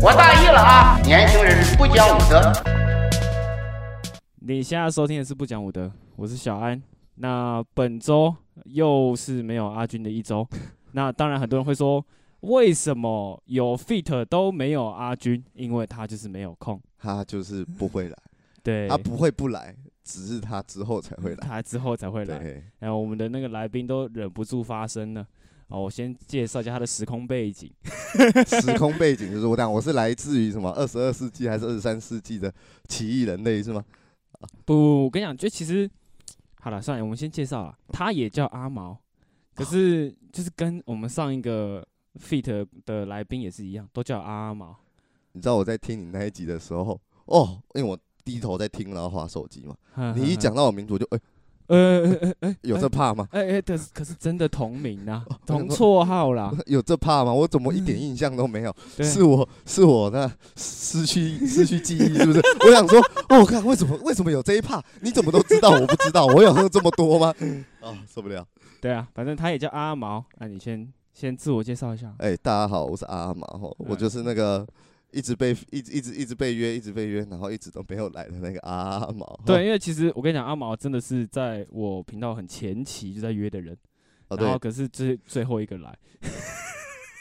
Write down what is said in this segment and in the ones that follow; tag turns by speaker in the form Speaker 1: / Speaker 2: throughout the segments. Speaker 1: 我大意了啊！年轻人不讲武德。
Speaker 2: 你现在收听的是不讲武德，我是小安。那本周又是没有阿军的一 周，那当然很多人会说，为什么有 fit 都没有阿军？因为他就是没有空。
Speaker 3: 他就是不 会来，
Speaker 2: 对，
Speaker 3: 他不会不来，只是他之后才会来。
Speaker 2: 嗯他之后才会来。
Speaker 3: 对，
Speaker 2: 然后我们的那个来宾都忍不住发声了。哦，我先介绍一下他的时空背景。
Speaker 3: 时空背景就是我讲，我是来自于什么二十二世纪还是二十三世纪的奇异人类是吗？
Speaker 2: 不，我跟你讲，就其实好了，算了，我们先介绍了。他也叫阿毛，可是就是跟我们上一个 fit 的来宾也是一样，都叫阿毛。
Speaker 3: 你知道我在听你那一集的时候，哦，因为我低头在听，然后划手机嘛。 你一讲到我名字，我就哎、
Speaker 2: 呃，呃呃呃
Speaker 3: 有这怕吗？
Speaker 2: 嗯哎哎，可是可是真的同名啊，同
Speaker 3: 我想说
Speaker 2: 绰号 啦，
Speaker 3: 有这怕吗？我怎么一点印象都没有？
Speaker 2: 嗯对，
Speaker 3: 是我是我那失去失去记忆是不是？我想说，我、看为什么为什么有这一怕？你怎么都知道？我不知道，我有喝这么多吗？ 啊、受不了！
Speaker 2: 对啊，反正他也叫阿毛。那你先先自我介绍一下。
Speaker 3: 哎、大家好，我是阿毛，吼
Speaker 2: 嗯
Speaker 3: 我就是那个一直被一直一直一直被约，一直被约，然后一直都没有来的那个阿毛。
Speaker 2: 对，因为其实我跟你讲，阿毛真的是在我频道很前期就在约的人，
Speaker 3: 哦，
Speaker 2: 然后
Speaker 3: 对，
Speaker 2: 可是最最后一个来，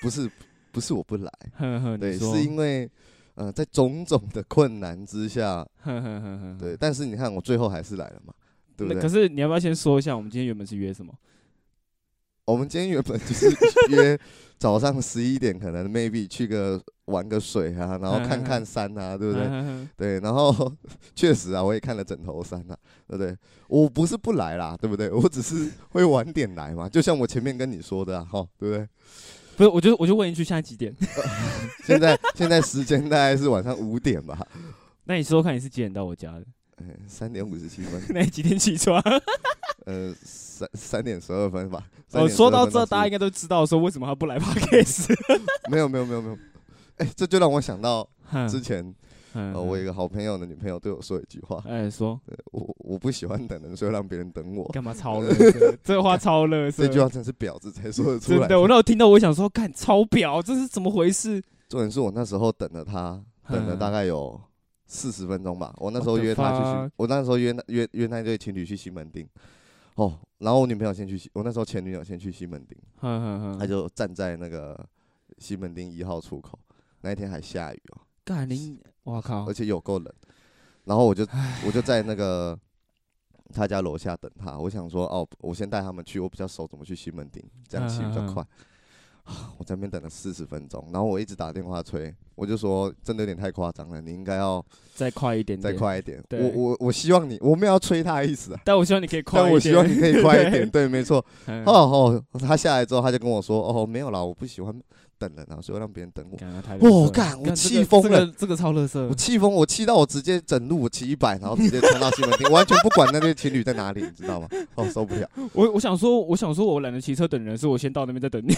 Speaker 3: 不是不是我不来，
Speaker 2: 呵呵，你
Speaker 3: 对，
Speaker 2: 说
Speaker 3: 是因为呃，在种种的困难之下，
Speaker 2: 呵呵呵呵，
Speaker 3: 对，但是你看我最后还是来了嘛，对
Speaker 2: 嗯
Speaker 3: 不
Speaker 2: 那
Speaker 3: 对
Speaker 2: 可？是你要不要先说一下，我们今天原本是约什么？
Speaker 3: 我们今天原本就是 约早上十一点，可能 maybe 去个玩个水啊，然
Speaker 2: 嗯
Speaker 3: 后看看山啊，对不对？
Speaker 2: 对？
Speaker 3: 对，然后 确实啊，我也看了枕头山啊，对不对？我不是不来啦，对不对？我只 是会晚点来嘛，就像我前面跟你说的啊，哈，对不对？
Speaker 2: 不是，我就我就问一句，现在几点？
Speaker 3: 现在现在时间大概是晚上五点吧，
Speaker 2: 那你说说看你是几点到我家的？
Speaker 3: 嗯，三点五十七分，
Speaker 2: 那你几点起床？
Speaker 3: 呃，三三点十二分吧。
Speaker 2: 我哦说到这，大家
Speaker 3: 答
Speaker 2: 应
Speaker 3: 应
Speaker 2: 该都知道说为什么他不来 podcast。
Speaker 3: 没有没有没有没有，哎、这就让我想到之
Speaker 2: 哼
Speaker 3: 前
Speaker 2: 哼
Speaker 3: 呃，我有一个好朋友的女朋友对我说一句话，
Speaker 2: 嗯哎说
Speaker 3: 对我我不喜欢等人，所以让别人等我。
Speaker 2: 干嘛超乐色？这话超乐色，
Speaker 3: 这句话真是婊子才说得出
Speaker 2: 真
Speaker 3: 来。
Speaker 2: 的，我那时候听到我想说，干超表，这是怎么回 事？
Speaker 3: 重点是我那时候等了他，等了大概有四十分钟吧。我那时候
Speaker 2: 嗯 What the
Speaker 3: 约他去
Speaker 2: fuck？
Speaker 3: 西，我那时候约那约约那对情侣去西门町。哦，然后我女朋友先去西，我那时候前女友先去西门町，
Speaker 2: 哼哼
Speaker 3: 她
Speaker 2: 哼，
Speaker 3: 就站在那个西门町一号出口。那一天还下雨哦，
Speaker 2: 干你，我靠
Speaker 3: 而！且有够冷。然后我就我就在那个他家楼下等他，我想说哦，我先带他们去，我比较熟怎么去西门町，这样骑比较
Speaker 2: 嗯嗯嗯
Speaker 3: 快。啊我在那边等了四十分钟，然后我一直打电话催，我就说真的有点太夸张了，你应该要
Speaker 2: 再快一点，
Speaker 3: 再。快一点。
Speaker 2: 对
Speaker 3: 我我我希望你，我没有要催他的意思啊，
Speaker 2: 但我希望你可以快一
Speaker 3: 但
Speaker 2: 点，嗯
Speaker 3: 我希望你可以快 一点。对，没错。
Speaker 2: 哼。
Speaker 3: 哦哦，他下来之后他就跟我说，哦没有啦，我不喜欢等人啊，所以我让别人等我。
Speaker 2: 干他太垃圾
Speaker 3: 我
Speaker 2: 了
Speaker 3: 干我
Speaker 2: 这个
Speaker 3: 气疯
Speaker 2: 这个这个超乐色
Speaker 3: 我，气疯，我气到我直接整路我骑一百，然后直接冲到西门町，完全不管那对情侣在哪里，你知道吗？哦，受不了！
Speaker 2: 我我想说，我想说，我懒得骑车等人，所以我先到那边再等 你。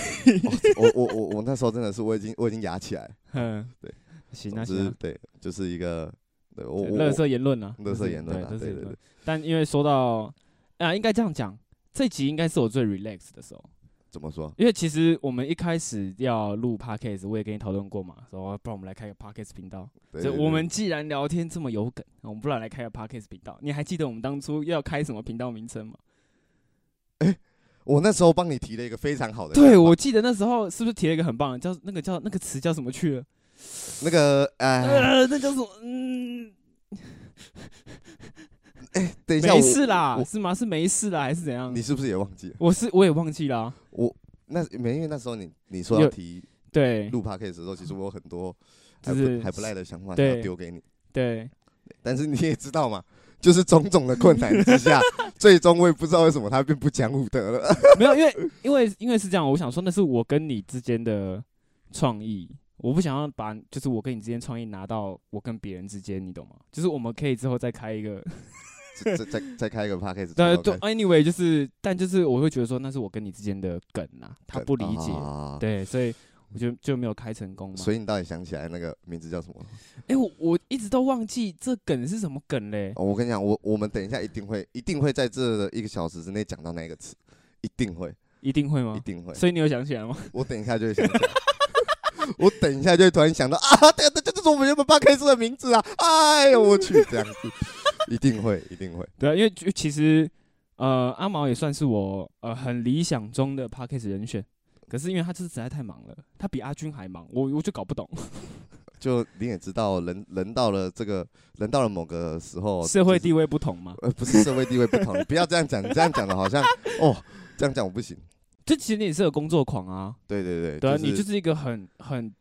Speaker 3: 我我我我那时候真的是我已经我已经压起来，
Speaker 2: 嗯，
Speaker 3: 对，
Speaker 2: 行啊
Speaker 3: 总
Speaker 2: 行
Speaker 3: 之
Speaker 2: 啊，
Speaker 3: 对，就是一个对我我
Speaker 2: 乐色言论啊，
Speaker 3: 垃圾言论啊
Speaker 2: 对垃圾
Speaker 3: 对
Speaker 2: 言
Speaker 3: 对
Speaker 2: 论
Speaker 3: 对。
Speaker 2: 但因为说到啊，应该这样讲，这集应该是我最 relax 的时候，
Speaker 3: 怎么说？
Speaker 2: 因为其实我们一开始要录 podcast，我也跟你讨论过嘛，说啊不然我们来开个 podcast 频道。
Speaker 3: 对
Speaker 2: 就
Speaker 3: 对
Speaker 2: 我
Speaker 3: 对
Speaker 2: 们既然聊天这么有梗，我们不然来开个 podcast 频道。你还记得我们当初要开什么频道名称吗？
Speaker 3: 我那时候帮你提了一个非常好的想法，
Speaker 2: 对，我记得那时候是不是提了一个很棒的，叫那个叫那个词叫什么去了？
Speaker 3: 那个哎，
Speaker 2: 呃，那叫什么？嗯，
Speaker 3: 哎等一
Speaker 2: 没
Speaker 3: 下，我
Speaker 2: 事啦，
Speaker 3: 我
Speaker 2: 是吗？是没事啦，还是怎样
Speaker 3: 你？是不是也忘记了？
Speaker 2: 我是我也忘记了啊、
Speaker 3: 我那没因为那时候你你说要
Speaker 2: 有
Speaker 3: 提
Speaker 2: 对
Speaker 3: 录 p o d 的时候，其实我有很多还
Speaker 2: 就是
Speaker 3: 不还不赖的想法想
Speaker 2: 对
Speaker 3: 要丢给你，
Speaker 2: 对，
Speaker 3: 但是你也知道嘛。就是种种的困难之下，最终我也不知道为什么他变不讲武德了。
Speaker 2: 没有，因为 因为因为是这样，我想说那是我跟你之间的创意，我不想要把就是我跟你之间创意拿到我跟别人之间，你懂吗？就是我们可以之后再开一 个，
Speaker 3: 再再再再开一个 podcast，
Speaker 2: 对
Speaker 3: 从头
Speaker 2: 对，anyway，就是但就是我会觉得说那是我跟你之间的梗啊，他
Speaker 3: 开始
Speaker 2: 不理解，
Speaker 3: 啊
Speaker 2: 对，所以我就就没有开成功嘛。
Speaker 3: 所以你到底想起来那个名字叫什么？
Speaker 2: 哎、我我一直都忘记这梗是什么梗嘞。
Speaker 3: 哦我跟你讲，我我们等一下一定会一定会在这的一个小时之内讲到那个词，一定会
Speaker 2: 一定会
Speaker 3: 一
Speaker 2: 吗？
Speaker 3: 定会。
Speaker 2: 所以你有想起来吗？
Speaker 3: 我等一下就会想起来。我等一下就会突然想到啊，对对，这就是我们原本 p 开 d 的名字啊！哎呦我去，这样子一定会，一定会。
Speaker 2: 对啊，因为就其实呃，阿毛也算是我呃很理想中的 p a c k a g e 人选，可是因为他就是实在太忙了，他比阿军还忙，我我就搞不懂
Speaker 3: 就你也知道，人人到了这个人到了某个时候，
Speaker 2: 社会
Speaker 3: 哦就是
Speaker 2: 地位不同嘛。
Speaker 3: 呃不是社会地位不同，你不要这样讲，这样讲的好像 哦，这样讲我不行。
Speaker 2: 这其实你也是个工作狂啊，
Speaker 3: 对对对，
Speaker 2: 对啊，
Speaker 3: 就是、
Speaker 2: 你就是一个很很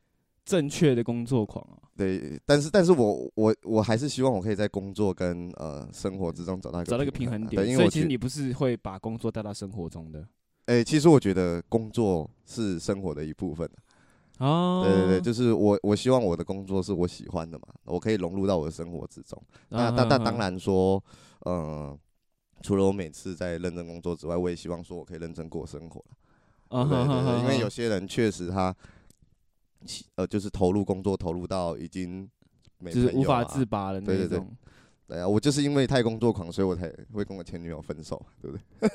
Speaker 2: 正确的工作狂啊。
Speaker 3: 对，但是但是我我我还是希望我可以在工作跟呃生活之中找到一个
Speaker 2: 找到一个
Speaker 3: 平
Speaker 2: 平衡
Speaker 3: 啊
Speaker 2: 点
Speaker 3: 对，因
Speaker 2: 所
Speaker 3: 为
Speaker 2: 以
Speaker 3: 我
Speaker 2: 其实
Speaker 3: 觉
Speaker 2: 你不是会把工作带到生活中的
Speaker 3: 哎、其实我觉得工作是生活的一部分。
Speaker 2: 哦
Speaker 3: 对对对，就是我我希望我的工作是我喜欢的嘛，我可以融入到我的生活之中。
Speaker 2: 嗯
Speaker 3: 那那那嗯当，然说，呃，除了我每次在认真工作之外，我也希望说我可以认真过生活啦。
Speaker 2: 嗯
Speaker 3: 对
Speaker 2: 哼
Speaker 3: 对
Speaker 2: 哼
Speaker 3: 对，
Speaker 2: 哼
Speaker 3: 因为有
Speaker 2: 哼
Speaker 3: 些人确实他其呃就是投入工作，投入到已经没
Speaker 2: 就是
Speaker 3: 朋
Speaker 2: 无
Speaker 3: 友
Speaker 2: 法
Speaker 3: 啊
Speaker 2: 自。拔的那
Speaker 3: 对
Speaker 2: 一
Speaker 3: 对对
Speaker 2: 种。
Speaker 3: 对啊，我就是因为太工作狂，所以我才会跟我前女友分手，对不对？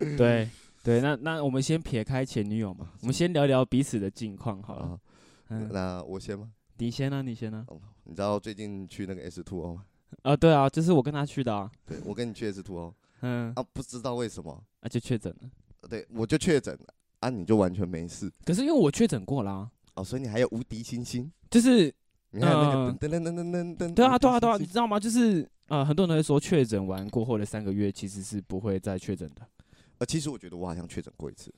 Speaker 3: 嗯
Speaker 2: 对对，那那我们先撇开前女友嘛，我们先聊聊彼此的近况好了。
Speaker 3: 啊，
Speaker 2: 嗯，
Speaker 3: 那我先吗？
Speaker 2: 你先啊，你先啊。
Speaker 3: 哦你知道最近去那个 S Two O 吗？
Speaker 2: 啊，对啊，就是我跟他去的啊。
Speaker 3: 对我跟你去 S Two O
Speaker 2: 嗯，
Speaker 3: 啊，不知道为什么，
Speaker 2: 啊就确诊了。
Speaker 3: 对我就确诊了啊，你就完全没事。
Speaker 2: 可是因为我确诊过啦，
Speaker 3: 哦，所以你还有无敌星星，
Speaker 2: 就是
Speaker 3: 你看那个
Speaker 2: 嗯
Speaker 3: 噔噔噔噔噔噔噔，
Speaker 2: 对啊，对啊，对啊，
Speaker 3: 无敌
Speaker 2: 你
Speaker 3: 星
Speaker 2: 知道吗？就是呃，很多人都会说确诊完过后的三个月其实是不会再确诊的，
Speaker 3: 星呃，其实我觉得我好像确诊过一次，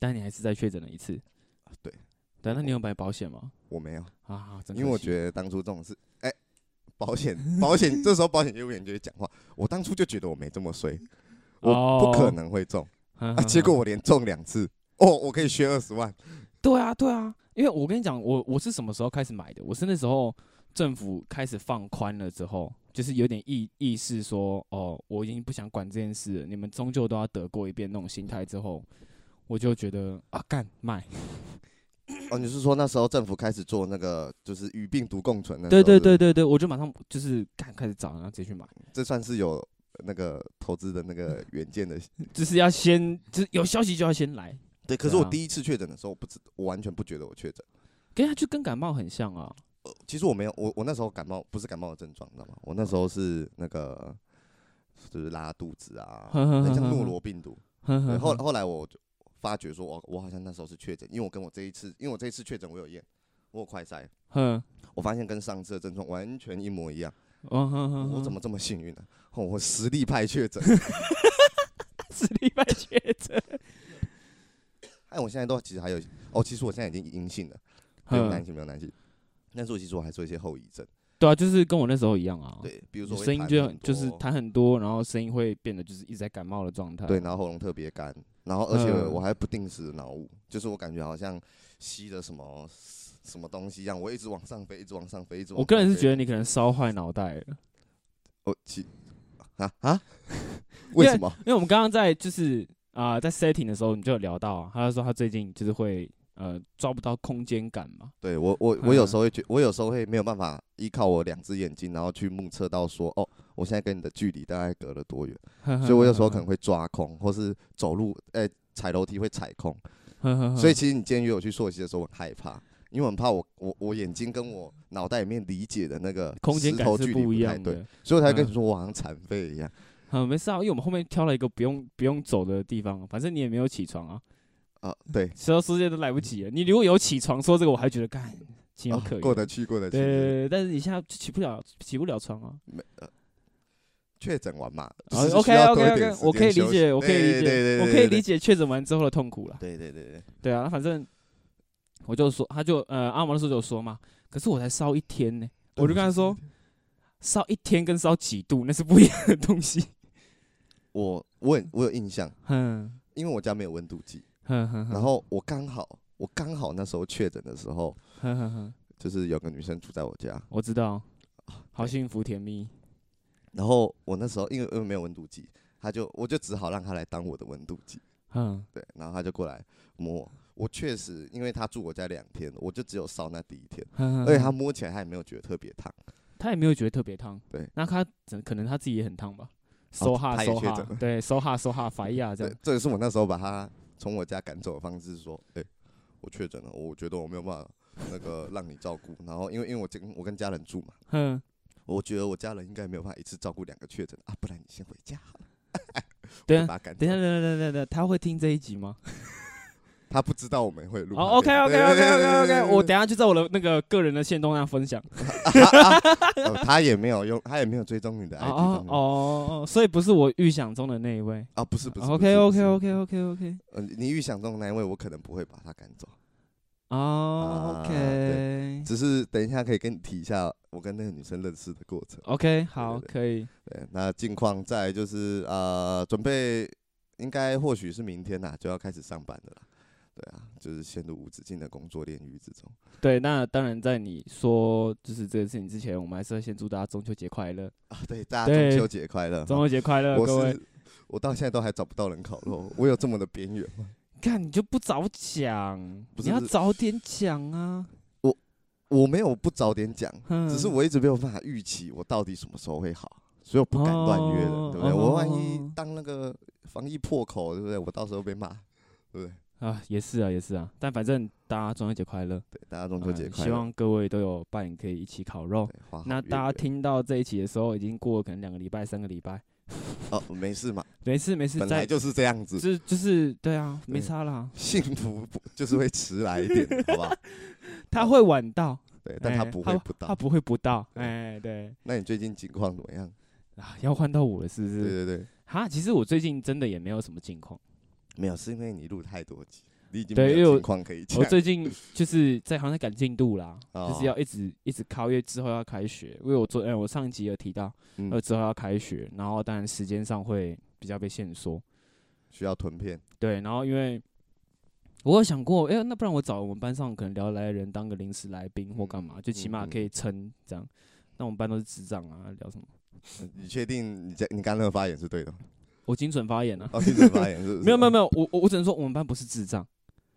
Speaker 2: 但你还是再确诊了一次。
Speaker 3: 对，
Speaker 2: 对啊，那你有买保险吗？
Speaker 3: 我没有，
Speaker 2: 啊，真
Speaker 3: 因为我
Speaker 2: 得
Speaker 3: 觉得当初这种事，哎，保险保险，这时候保险业务员就会讲话，我当初就觉得我没这么衰，我不
Speaker 2: 哦
Speaker 3: 可能会中
Speaker 2: 能
Speaker 3: 啊，结果我连中两次，哦，我可以削二 十万，
Speaker 2: 对啊，对啊，因为我跟你讲，我我是什么时候开始买的？我是那时候政府开始放宽了之后，就是有点意意识说，哦，我已经不想管这件事了，你们终究都要得过一遍那种心态之后，我就觉得啊，干买，
Speaker 3: 哦，你是说那时候政府开始做那个就是与病毒共存的，
Speaker 2: 对对
Speaker 3: 是不
Speaker 2: 对
Speaker 3: 是，
Speaker 2: 对对，我就马上就是干开始找，然后直接去买，
Speaker 3: 这算是有那个投资的那个原 件的，
Speaker 2: 就是要先就是有消息就要先来，
Speaker 3: 对，可是我
Speaker 2: 对啊
Speaker 3: 第一次确诊的时候，我不知我完全不觉得我确诊。
Speaker 2: 跟它就跟感冒很像啊，
Speaker 3: 呃其实我没有，我我那时候感冒不是感冒的症状，你知道吗？我那时
Speaker 2: 嗯
Speaker 3: 候是那个就是拉肚 子啊，
Speaker 2: 哼哼
Speaker 3: 很像
Speaker 2: 哼哼
Speaker 3: 诺罗病毒。对，
Speaker 2: 然
Speaker 3: 后后来我就发觉说，我我好像那时候是确诊，因为我跟我这一次，因为我这一次确诊我有验，我有快筛，
Speaker 2: 哼，
Speaker 3: 我发现跟上次的症状完全一模一样。
Speaker 2: 哦哼哼，
Speaker 3: 我怎
Speaker 2: 么
Speaker 3: 么这么幸运呢、哦我实力派确 诊，
Speaker 2: 是礼拜确 诊？
Speaker 3: 哎，我现在都其实还有哦，其实我现在已经阴性了，不
Speaker 2: 嗯
Speaker 3: 用担心，不用担心。但是我其实我还做一些后遗症，
Speaker 2: 对啊，就是跟我那时候一样啊，
Speaker 3: 对，比如
Speaker 2: 你
Speaker 3: 说会
Speaker 2: 声音
Speaker 3: 痰
Speaker 2: 就
Speaker 3: 很
Speaker 2: 很就是
Speaker 3: 多
Speaker 2: 痰很多，然后声音会变得就是一直在感冒的状态。
Speaker 3: 对，然后喉咙特别干，然后而且
Speaker 2: 嗯
Speaker 3: 我还不定时脑雾，就是我感觉好像吸了什么什么东西一样，我一直往上飞，一直往上飞，一直往上飞。
Speaker 2: 我个人是觉得
Speaker 3: 得，
Speaker 2: 你可能烧坏脑袋了，
Speaker 3: 我其啊啊， 为什么？
Speaker 2: 因为我们刚刚在就是啊、在 setting 的时候你就有聊到、啊，他就说他最近就是会呃抓不到空间感嘛，
Speaker 3: 对我我
Speaker 2: 嗯
Speaker 3: 我有时候会觉，我有时候会没有办法依靠我两只眼睛，然后去目测到说，哦，我现在跟你的距离大概隔了多远，所以我有时候
Speaker 2: 嗯
Speaker 3: 可能会抓空，或是走路，哎、踩楼梯会踩空。
Speaker 2: 能
Speaker 3: 所以其实你今天约我去溯溪的时候，我很害怕，因为我很怕我我我眼睛跟我脑袋里面理解的那个
Speaker 2: 空间
Speaker 3: 石
Speaker 2: 感
Speaker 3: 头
Speaker 2: 是
Speaker 3: 距离
Speaker 2: 不一
Speaker 3: 太
Speaker 2: 样
Speaker 3: 对，
Speaker 2: 的。
Speaker 3: 所以我才跟
Speaker 2: 嗯
Speaker 3: 你说我好像残废一样。
Speaker 2: 嗯，没事啊，因为我们后面挑了一个不用不用走的地方，反正你也没有起床啊，
Speaker 3: 啊，对，
Speaker 2: 所有时间都来不及了。你如果有起床说这个，我还觉得干情有
Speaker 3: 啊
Speaker 2: 可原。
Speaker 3: 过得去，过得
Speaker 2: 对对对对，
Speaker 3: 去。
Speaker 2: 但是你现在就起不了起不了床啊。
Speaker 3: 确诊完嘛
Speaker 2: 啊
Speaker 3: 就是需
Speaker 2: OK
Speaker 3: 要多
Speaker 2: OK
Speaker 3: 一点
Speaker 2: OK，
Speaker 3: 时
Speaker 2: 我可以
Speaker 3: 间
Speaker 2: 理
Speaker 3: 休息
Speaker 2: 解，我可以理
Speaker 3: 对对
Speaker 2: 解，
Speaker 3: 对
Speaker 2: 我
Speaker 3: 对
Speaker 2: 可以
Speaker 3: 对
Speaker 2: 理解确诊完之后的痛苦了。
Speaker 3: 对对对对，
Speaker 2: 对啊，反正我就说，他就呃，阿毛那时候就有说嘛，可是我才烧一天呢，我就跟他说，烧一天跟烧几度那是不一样的东 西。
Speaker 3: 我我很我有印象，
Speaker 2: 嗯
Speaker 3: 因为我家没有温度计，
Speaker 2: 哼哼
Speaker 3: 然后我刚好我刚好那时候确诊的时候，
Speaker 2: 哼哼哼，
Speaker 3: 就是有个女生住在我家，
Speaker 2: 我知道，
Speaker 3: 啊
Speaker 2: 好幸福甜蜜。
Speaker 3: 然后我那时候因为因为没有温度计，她就我就只好让她来当我的温度计。
Speaker 2: 嗯，
Speaker 3: 对，然后他就过来摸我。我确实，因为他住我家两天，我就只有烧那第一天，
Speaker 2: 而
Speaker 3: 而且他摸起来他也没有觉得特别烫。
Speaker 2: 他也没有觉得特别烫。
Speaker 3: 对，哦
Speaker 2: 那他只可能他自己也很烫吧。收哈
Speaker 3: 他也
Speaker 2: 收
Speaker 3: 确
Speaker 2: 哈
Speaker 3: 诊了，
Speaker 2: 对，收哈收哈，法医啊这
Speaker 3: 对
Speaker 2: 样，，
Speaker 3: 这也是我那时候把他从我家赶走的方式，说，哎、我确诊了，我觉得我没有办法，那个让你照顾。然后因为因为我跟我跟家人住嘛，
Speaker 2: 哼，
Speaker 3: 我觉得我家人应该没有办法一次照顾两个确诊啊，不然你先回家好了。
Speaker 2: 对啊
Speaker 3: 我就把他赶走
Speaker 2: 等一下，等一下，等一下等一下，他会听这一集吗？
Speaker 3: 他不知道我们会录。
Speaker 2: 哦，OK，OK，OK，OK，OK，我
Speaker 3: 等
Speaker 2: 等一下就在我的那个个人的线动上分享。
Speaker 3: 哦他也没有用，他也没有追踪你的 IG
Speaker 2: 哦
Speaker 3: 账号
Speaker 2: 哦哦，所以不是我预想中的那一位。
Speaker 3: 啊，不是不是。不是不是
Speaker 2: OK，OK，OK，OK，OK。
Speaker 3: 呃你预想中的那一位，我可能不会把他赶走，
Speaker 2: 哦
Speaker 3: 啊
Speaker 2: ，OK，
Speaker 3: 只是等一下可以跟你提一下我跟那个女生认识的过程。
Speaker 2: OK，好，可以。
Speaker 3: 对，那近况再来就是呃，准备应该或许是明天呐、就要开始上班的啦。对啊，就是陷入无止境的工作炼狱之中。
Speaker 2: 对，那当然，在你说就是这个事情之前，我们还是要先祝大家中秋节快乐，
Speaker 3: 啊，对，大家中
Speaker 2: 对
Speaker 3: 秋节快乐！
Speaker 2: 中秋节快乐，各
Speaker 3: 我
Speaker 2: 位。
Speaker 3: 是我到现在都还找不到 人烤肉，我有这么的边缘吗？
Speaker 2: 看你就不早讲，
Speaker 3: 不
Speaker 2: 你
Speaker 3: 是
Speaker 2: 要
Speaker 3: 不是
Speaker 2: 早点讲啊。
Speaker 3: 我没有不早点讲，
Speaker 2: 哼
Speaker 3: 只是我一直没有办法预期我到底什么时候会好，所以我不敢乱约人，
Speaker 2: 哦
Speaker 3: 对不对？我万一
Speaker 2: 哦
Speaker 3: 当那个防疫破口，对不对？我到时候被骂，对不对？
Speaker 2: 啊，也是啊，也是啊，但反正大家中秋节快乐，
Speaker 3: 对，大家中秋节
Speaker 2: 呃
Speaker 3: 快
Speaker 2: 希
Speaker 3: 乐！
Speaker 2: 望各位都有伴可以一起烤肉。
Speaker 3: 对花好
Speaker 2: 那
Speaker 3: 月
Speaker 2: 大家
Speaker 3: 圆
Speaker 2: 听到这一期的时候，已经过了可能两个礼拜、三个礼拜，
Speaker 3: 哦，没事嘛，
Speaker 2: 没事没事，
Speaker 3: 本来
Speaker 2: 再
Speaker 3: 就是这样子，
Speaker 2: 就就是对啊，没
Speaker 3: 对
Speaker 2: 差啦，
Speaker 3: 幸福不就是会迟来一点，好不好？
Speaker 2: 他会晚到，
Speaker 3: 对，但 他
Speaker 2: 哎
Speaker 3: 不会不
Speaker 2: 他
Speaker 3: 到。
Speaker 2: 不会不到，
Speaker 3: 对
Speaker 2: 哎，对
Speaker 3: 那你最近情况怎么样？
Speaker 2: 啊，要换到我了是不
Speaker 3: 对
Speaker 2: 是？
Speaker 3: 对对，
Speaker 2: 哈，其实我最近真的也没有什么近 况，
Speaker 3: 没有，是因为你录太多集，你已经
Speaker 2: 对
Speaker 3: 没
Speaker 2: 因为
Speaker 3: 有
Speaker 2: 我
Speaker 3: 情况可以讲
Speaker 2: 我。最近就是在好像在赶进度啦，就是
Speaker 3: 哦
Speaker 2: 要一直一直靠，因为之后要开学，因为我昨哎、我上一集有提到，
Speaker 3: 嗯
Speaker 2: 呃之后要开学，然后当然时间上会比较被限缩，
Speaker 3: 需要囤片，
Speaker 2: 对，然后因为我有想过，哎、那不然我找我们班上可能聊得来的人当个临时来宾或干嘛，就起码
Speaker 3: 嗯嗯
Speaker 2: 可以撑这样。那我们班都是智障啊，聊什么？
Speaker 3: 你确定你这你刚刚那个发言是对的吗？
Speaker 2: 我精准发言啊，
Speaker 3: 哦，你的发言是不是
Speaker 2: 没有没有没有，我我我只能说我们班不是智障，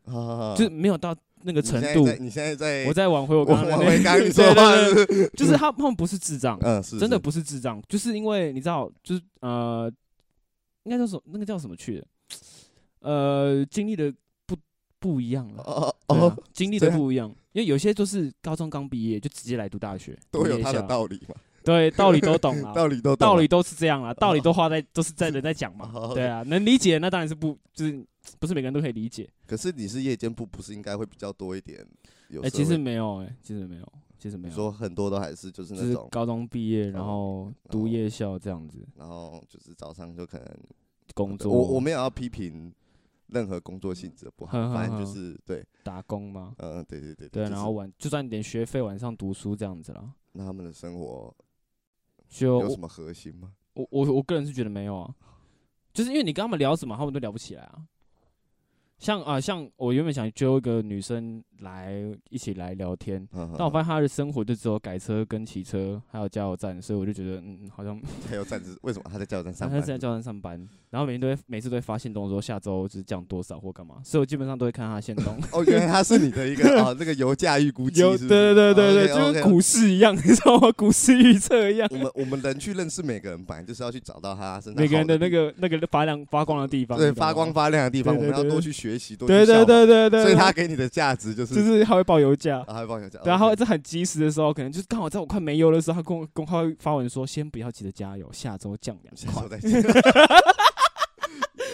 Speaker 3: 好好好
Speaker 2: 就是没有到那个
Speaker 3: 啊你
Speaker 2: 程
Speaker 3: 现在
Speaker 2: 度。
Speaker 3: 在你现在在
Speaker 2: 我再挽回我刚刚
Speaker 3: 我
Speaker 2: 的
Speaker 3: 我
Speaker 2: 那
Speaker 3: 回刚刚你说
Speaker 2: 对
Speaker 3: 的话
Speaker 2: 对
Speaker 3: 是
Speaker 2: 对
Speaker 3: 不是，
Speaker 2: 就是他他们不是智障，
Speaker 3: 嗯，是
Speaker 2: 真的
Speaker 3: 是
Speaker 2: 不是智障，就是因为你知道，就是呃，应该叫什么？那个叫什么去的？呃，经历的不不一样了。
Speaker 3: 哦
Speaker 2: 对啊
Speaker 3: 哦，，
Speaker 2: 经历
Speaker 3: 这
Speaker 2: 的
Speaker 3: 样
Speaker 2: 不一样，因为有些就是高中刚毕业就直接来读大学，
Speaker 3: 都有
Speaker 2: 毕业
Speaker 3: 他的
Speaker 2: 校
Speaker 3: 道理嘛，
Speaker 2: 对道理都懂
Speaker 3: 道
Speaker 2: 啊，
Speaker 3: 理都懂
Speaker 2: 道
Speaker 3: 了
Speaker 2: 理都是这样啊，道理都话在都是在人在讲嘛
Speaker 3: 哦，
Speaker 2: 对啊，能理解那当然是不就是不是每个人都可以理解，
Speaker 3: 可是你是夜间部，不是应该会比较多一点？有
Speaker 2: 哎，
Speaker 3: 社
Speaker 2: 其实
Speaker 3: 会
Speaker 2: 没有哎，其实没有，其实没
Speaker 3: 你
Speaker 2: 有，
Speaker 3: 说很多都还是就是
Speaker 2: 就
Speaker 3: 那
Speaker 2: 是
Speaker 3: 种，哦
Speaker 2: 高中毕业然
Speaker 3: 高中
Speaker 2: 后
Speaker 3: 然
Speaker 2: 读
Speaker 3: 后
Speaker 2: 夜校这样子
Speaker 3: 然后就是早上就可能
Speaker 2: 工作，
Speaker 3: 我我没有要批评任何工作性质的不好，
Speaker 2: 哼哼
Speaker 3: 反正就
Speaker 2: 哼
Speaker 3: 是对，
Speaker 2: 打工嘛，
Speaker 3: 嗯，对对对
Speaker 2: 对，
Speaker 3: 就是
Speaker 2: 然后晚就赚点学费，晚上读书这样子啦，
Speaker 3: 那他们的生活
Speaker 2: 就
Speaker 3: 有什
Speaker 2: 我
Speaker 3: 么核心吗？
Speaker 2: 我我我个人是觉得没有啊，就是因为你跟他们聊什么，他们都聊不起来啊。像啊、像我原本想揪一个女生来一起来聊天，但
Speaker 3: 但
Speaker 2: 我发现她的生活就只有改车跟骑车，还有加油站，所以我就觉得嗯，好像
Speaker 3: 现加油站是为什么他在加油站
Speaker 2: 她
Speaker 3: 上
Speaker 2: 在
Speaker 3: 班？
Speaker 2: 加油站上班，然后每天都会每次都会发现动说下周就是降多少或干嘛，所以我基本上都会看她的现动。
Speaker 3: 哦，原来他是你的一 个哦，那个油价预估计
Speaker 2: 有
Speaker 3: 是不
Speaker 2: 对
Speaker 3: 是，
Speaker 2: 对对对对，
Speaker 3: 哦
Speaker 2: 就
Speaker 3: ，OK，OK，
Speaker 2: 跟股市一样， 你知道吗？股市预测一样，
Speaker 3: 我们我们人去认识每个人，本来就是要去找到他身上
Speaker 2: 每个人
Speaker 3: 好的
Speaker 2: 的那个那个发亮发光的地
Speaker 3: 地
Speaker 2: 方，
Speaker 3: 对
Speaker 2: 你知道吗
Speaker 3: 发光发亮的地方，我
Speaker 2: 对对
Speaker 3: 们要
Speaker 2: 对
Speaker 3: 多去学习，多去
Speaker 2: 对
Speaker 3: 效
Speaker 2: 对
Speaker 3: 仿。
Speaker 2: 对对对，
Speaker 3: 所以他
Speaker 2: 对
Speaker 3: 给你的价值就是，
Speaker 2: 就是他会报油价，
Speaker 3: 啊，还帮你讲，
Speaker 2: 对啊，他会
Speaker 3: 哦
Speaker 2: 在很及时的时候，可能就是刚好在我快没油的时候，他跟我跟他会发文说，先不要急着加油，下周降两
Speaker 3: 下
Speaker 2: 块
Speaker 3: 周。再见。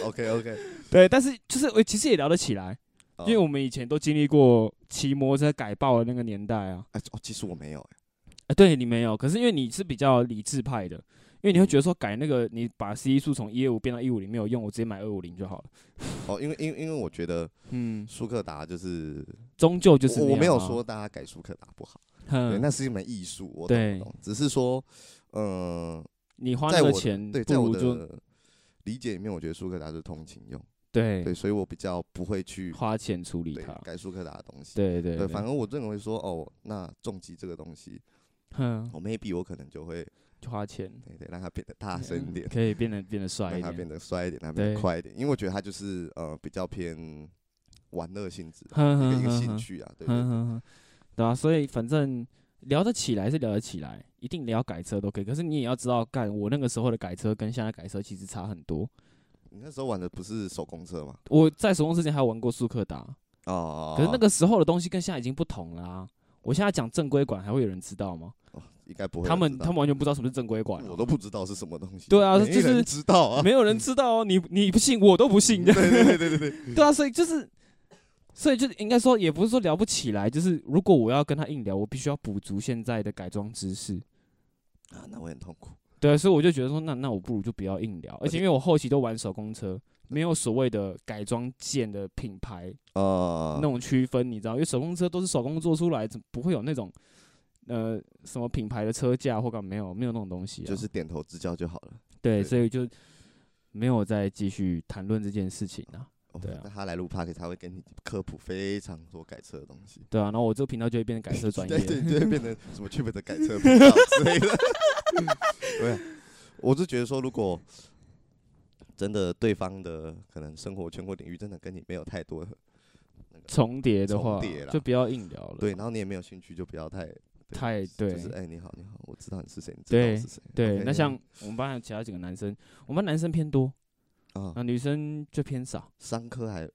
Speaker 3: OK OK，
Speaker 2: 对，但是就是我其实也聊得起来，因
Speaker 3: 哦
Speaker 2: 为我们以前都经历过骑摩托车改爆的那个年代啊。
Speaker 3: 哎哦，其实我没有哎，
Speaker 2: 啊，对你没有，可是因为你是比较理智派的，因为你会
Speaker 3: 嗯
Speaker 2: 觉得说改那个你把 C 数从一二五变到一五零没有用，我直接买二五零就好了。
Speaker 3: 哦，因为因为因为我觉得
Speaker 2: 嗯，
Speaker 3: 舒克达就是，
Speaker 2: 终究就是
Speaker 3: 我
Speaker 2: 那
Speaker 3: 我没
Speaker 2: 样
Speaker 3: 有
Speaker 2: 啊
Speaker 3: 说，大家改舒克达不好，对，
Speaker 2: 嗯，
Speaker 3: 那是一门艺术，我懂
Speaker 2: 对
Speaker 3: 我懂，只是说，嗯，
Speaker 2: 你花
Speaker 3: 在
Speaker 2: 那
Speaker 3: 我
Speaker 2: 个
Speaker 3: 的
Speaker 2: 钱
Speaker 3: 对，
Speaker 2: 不
Speaker 3: 在我
Speaker 2: 如就
Speaker 3: 的理解里面，我觉得舒克达是通勤用，
Speaker 2: 对
Speaker 3: 对，所以我比较不会去
Speaker 2: 花钱处理
Speaker 3: 对
Speaker 2: 它。
Speaker 3: 改舒克达的东西，
Speaker 2: 对对
Speaker 3: 对，反而我认为说，哦，那重击这个东西，
Speaker 2: 哼，
Speaker 3: 我 maybe 我可能就会
Speaker 2: 花钱
Speaker 3: 对对，让它变得
Speaker 2: 嗯
Speaker 3: 大声一点，
Speaker 2: 可以变得变得帅
Speaker 3: 让
Speaker 2: 一
Speaker 3: 它
Speaker 2: 点。
Speaker 3: 变得帅一点，让它变得
Speaker 2: 对
Speaker 3: 快一点，因为我觉得它就是呃比较偏玩乐性质的
Speaker 2: 哼
Speaker 3: 一个
Speaker 2: 哼
Speaker 3: 一个
Speaker 2: 哼
Speaker 3: 兴
Speaker 2: 哼
Speaker 3: 趣啊，对对
Speaker 2: 哼
Speaker 3: 对
Speaker 2: 哼哼，对啊，所以反正聊得起来是聊得起来，一定聊改车都可以。可是你也要知道，干我那个时候的改车跟现在改车其实差很多。
Speaker 3: 你那时候玩的不是手工车吗？
Speaker 2: 我在手工之前还有玩过速克达，
Speaker 3: 哦，
Speaker 2: 可是那个时候的东西跟现在已经不同啦、我现在讲正规管，还会有人知道吗？
Speaker 3: 哦应该不会有
Speaker 2: 他
Speaker 3: 人
Speaker 2: 们
Speaker 3: 知道，
Speaker 2: 他们完全不知道什么是正规管啊、
Speaker 3: 我都不知道是什么东西。
Speaker 2: 对啊
Speaker 3: 没
Speaker 2: 就是
Speaker 3: 人知道 啊。
Speaker 2: 没有人知道哦。你你不信，我都不信。
Speaker 3: 嗯对对对对对对，
Speaker 2: 对啊，所以就是，所以就是应该说，也不是说聊不起来，就是如果我要跟他硬聊，我必须要补足现在的改装知识。
Speaker 3: 啊，那我很痛苦。
Speaker 2: 对啊，所以我就觉得说，那那我不如就不要硬聊，而且因为我后期都玩手工车，没有所谓的改装件的品牌
Speaker 3: 呃
Speaker 2: 那，种区分，你知道，因为手工车都是手工做出来，怎不会有那种呃什么品牌的车架或干嘛没有没有那种东西、啊，
Speaker 3: 就是点头之交就好了。
Speaker 2: 对，
Speaker 3: 对
Speaker 2: 所以就没有再继续谈论这件事情啊。
Speaker 3: 哦
Speaker 2: 对啊
Speaker 3: 那他来录 p a r k 他会跟你科普非常多改车的东西。
Speaker 2: 对啊，然后我这个频道就会变成改车专业
Speaker 3: 对，对，就会变成什么 cheap 的改车频道之类的。 对啊，我是觉得说，如果真的对方的可能生活圈或领域真的跟你没有太多的
Speaker 2: 啊重叠的
Speaker 3: 重
Speaker 2: 话
Speaker 3: 叠啦
Speaker 2: 就不要硬聊了。
Speaker 3: 对，然后你也没有兴趣，就不要太
Speaker 2: 太
Speaker 3: 就
Speaker 2: 对
Speaker 3: 是哎、你好，你好，我知道你是谁，你知道
Speaker 2: 对
Speaker 3: 我是谁。
Speaker 2: 对
Speaker 3: OK，
Speaker 2: 那像我们班还有其他几个男生，我们班男生偏多，
Speaker 3: 啊
Speaker 2: 那，女生就偏少。
Speaker 3: 商科还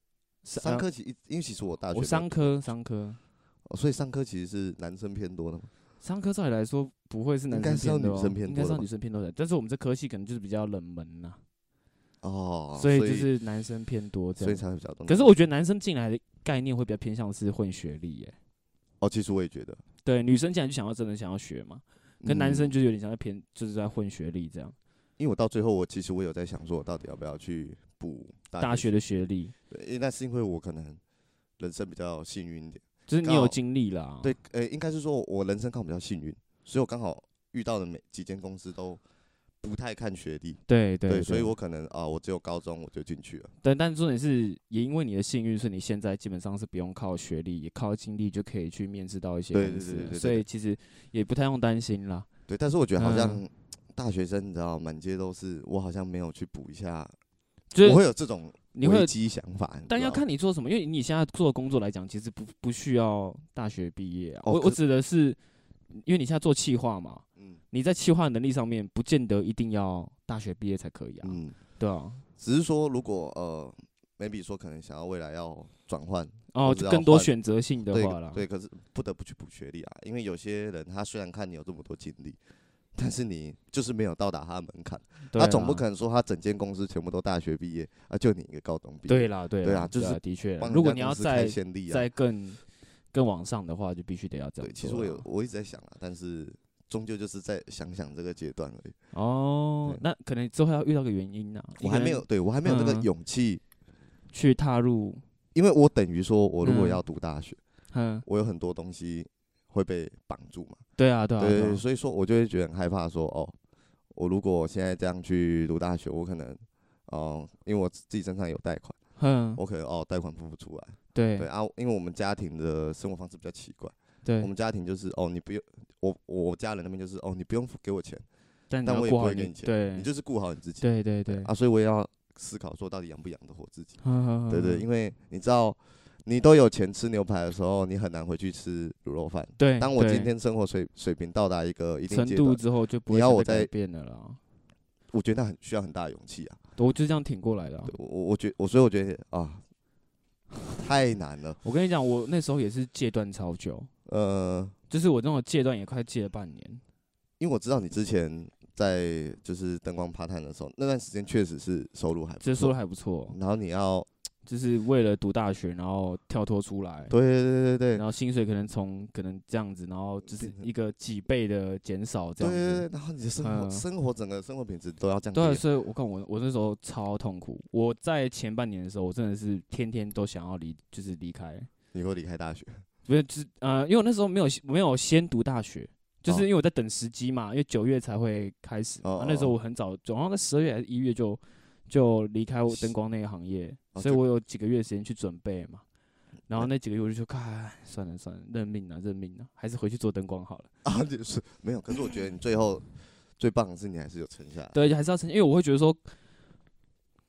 Speaker 2: 三
Speaker 3: 商科其实因为其实我大学
Speaker 2: 我
Speaker 3: 没有
Speaker 2: 商科，商科，
Speaker 3: 哦所以商科其实是男生偏多的嘛。
Speaker 2: 商科照理来说不会是男
Speaker 3: 应该
Speaker 2: 生
Speaker 3: 是要
Speaker 2: 偏多
Speaker 3: 女
Speaker 2: 哦，
Speaker 3: 生偏
Speaker 2: 应该
Speaker 3: 多
Speaker 2: 是
Speaker 3: 的
Speaker 2: 要
Speaker 3: 吧
Speaker 2: 女生偏多的，但是我们这科系可能就是比较冷门呐，
Speaker 3: 哦，
Speaker 2: 所以就是男生偏多这
Speaker 3: 所以
Speaker 2: 样。
Speaker 3: 才会比较多。
Speaker 2: 可是我觉得男生进来的概念会比较偏向是混学历耶，
Speaker 3: 哦，其实我也觉得
Speaker 2: 对，女生进来就想要真的想要学嘛，跟男生
Speaker 3: 嗯
Speaker 2: 就有点像在偏就是在混学历这样，
Speaker 3: 因为我到最后，我其实我有在想说，我到底要不要去补
Speaker 2: 大
Speaker 3: 大
Speaker 2: 学的学历
Speaker 3: 对，因为那是因为我可能人生比较幸运一点。
Speaker 2: 就是你
Speaker 3: 刚
Speaker 2: 有
Speaker 3: 好
Speaker 2: 经历啦，
Speaker 3: 对，呃，应该是说我人生刚好比较幸运，所以我刚好遇到的每几间公司都不太看学历，
Speaker 2: 对对
Speaker 3: 所以我可能啊、我只有高中我就进去了。
Speaker 2: 但但重点是，也因为你的幸运，所以你现在基本上是不用靠学历，也靠经历就可以去面试到一些
Speaker 3: 对
Speaker 2: 公
Speaker 3: 对
Speaker 2: 司
Speaker 3: 对对
Speaker 2: 了
Speaker 3: 对对
Speaker 2: 所以其实也不太用担心啦。
Speaker 3: 对，但是我觉得好像
Speaker 2: 嗯
Speaker 3: 大学生，你知道，满街都是，我好像没有去补一下，
Speaker 2: 就
Speaker 3: 我会啊
Speaker 2: 是
Speaker 3: 有这种
Speaker 2: 你会
Speaker 3: 危，机想法。你知
Speaker 2: 但要
Speaker 3: 道
Speaker 2: 看你做什么，因为你现在做的工作来讲，其实不不需要大学毕业啊。
Speaker 3: 哦
Speaker 2: 我
Speaker 3: 可
Speaker 2: 我指的是，因为你现在做企划嘛，
Speaker 3: 嗯
Speaker 2: 你在企划能力上面不见得一定要大学毕业才可以啊。
Speaker 3: 嗯，
Speaker 2: 对啊，
Speaker 3: 只是说如果呃，maybe 说可能想要未来要转换。
Speaker 2: 哦，
Speaker 3: 我
Speaker 2: 就
Speaker 3: 知道
Speaker 2: 更多
Speaker 3: 换
Speaker 2: 选择性的
Speaker 3: 对
Speaker 2: 话啦。
Speaker 3: 对，可是不得不去补学历啊，因为有些人他虽然看你有这么多经历，但是你就是没有到达他的门槛。
Speaker 2: 对啊
Speaker 3: 他总不
Speaker 2: 啦
Speaker 3: 可能说他整间公司全部都大学毕业啊，就你一个高中毕业。
Speaker 2: 对啦，对
Speaker 3: 对
Speaker 2: 啦
Speaker 3: 啊就是
Speaker 2: 的确啦
Speaker 3: 帮人。家
Speaker 2: 如果你要
Speaker 3: 公司
Speaker 2: 在
Speaker 3: 开先例啊
Speaker 2: 再，更更往上的话，就必须得要这样做啦。
Speaker 3: 对，其实我有我一直在想啊，但是终究就是在想想这个阶段而已，
Speaker 2: 哦
Speaker 3: 对，
Speaker 2: 那可能之后要遇到个原因呐、你
Speaker 3: 我
Speaker 2: 可
Speaker 3: 还没有
Speaker 2: 能
Speaker 3: 对我还没有那个
Speaker 2: 嗯
Speaker 3: 勇气，
Speaker 2: 去踏入，
Speaker 3: 因为我等于说我如果
Speaker 2: 嗯
Speaker 3: 要读大学，
Speaker 2: 嗯，
Speaker 3: 我有很多东西会被绑住嘛。
Speaker 2: 对啊，对啊，
Speaker 3: 对
Speaker 2: 对啊
Speaker 3: 所以说我就会觉得很害怕说哦，我如果现在这样去读大学，我可能，哦、因为我自己身上有贷款，
Speaker 2: 嗯，
Speaker 3: 我可能哦贷款付不出来，
Speaker 2: 对
Speaker 3: 对啊，因为我们家庭的生活方式比较奇怪，我
Speaker 2: 对，
Speaker 3: 们家庭就是哦你不用，我我家人那边就是哦你不用付给我钱，
Speaker 2: 但你
Speaker 3: 但
Speaker 2: 要
Speaker 3: 我也
Speaker 2: 过
Speaker 3: 不
Speaker 2: 好
Speaker 3: 会给
Speaker 2: 你，
Speaker 3: 你钱
Speaker 2: 对，
Speaker 3: 你就是顾好你自己，
Speaker 2: 对对对，
Speaker 3: 啊，所以我也要思考说到底养不养得活自己，
Speaker 2: 呵
Speaker 3: 对对，
Speaker 2: 呵
Speaker 3: 因为你知道。你都有钱吃牛排的时候，你很难回去吃卤肉饭。
Speaker 2: 对，
Speaker 3: 当我
Speaker 2: 对
Speaker 3: 今天生活水水平到达一个一定
Speaker 2: 程
Speaker 3: 阶
Speaker 2: 度
Speaker 3: 段，
Speaker 2: 之后，就不
Speaker 3: 你
Speaker 2: 会
Speaker 3: 要
Speaker 2: 想
Speaker 3: 我
Speaker 2: 再改
Speaker 3: 再
Speaker 2: 变了啦。
Speaker 3: 我觉得那很需要很大的勇气啊。
Speaker 2: 我就这样挺过来的啊、
Speaker 3: 对我我我觉我所以我觉得啊，太难了。
Speaker 2: 我跟你讲，我那时候也是戒断超久，
Speaker 3: 呃，
Speaker 2: 就是我这种戒断也快戒了半年。
Speaker 3: 因为我知道你之前在就是灯光趴探的时候，那段时间确实是收入还不
Speaker 2: 这说
Speaker 3: 错
Speaker 2: 的。还不错，
Speaker 3: 然后你要
Speaker 2: 就是为了读大学，然后跳脱出来，
Speaker 3: 对对对对
Speaker 2: 哎然
Speaker 3: 对
Speaker 2: 后薪水可能从可能这样子，然后就是
Speaker 3: 变成
Speaker 2: 一个几倍的减少这
Speaker 3: 对
Speaker 2: 样子。
Speaker 3: 对对，然后你的生活
Speaker 2: 嗯
Speaker 3: 生活整个生活品质都要降低
Speaker 2: 对啊，
Speaker 3: 了。
Speaker 2: 所以我看我我那时候超痛苦。我在前半年的时候，我真的是天天都想要离，就是离开，
Speaker 3: 你会离开大学
Speaker 2: 不是，就是呃，因为我那时候没有没有先读大学，就是
Speaker 3: 哦
Speaker 2: 因为我在等时机嘛，因为九月才会开始嘛。
Speaker 3: 哦
Speaker 2: 啊
Speaker 3: 哦
Speaker 2: 那时候
Speaker 3: 哦
Speaker 2: 我很早，好像在十二月还是一月就就离开我灯光那个行业，
Speaker 3: 哦
Speaker 2: 所以
Speaker 3: 这
Speaker 2: 我有几个月时间去准备嘛。然后
Speaker 3: 那
Speaker 2: 那几个月我就说，看算了算了，认命了、认命了、还是回去做灯光好了。
Speaker 3: 啊？就是没有，可是我觉得你最后最棒的是你还是有撑下来。
Speaker 2: 对，还是要撑，因为我会觉得说，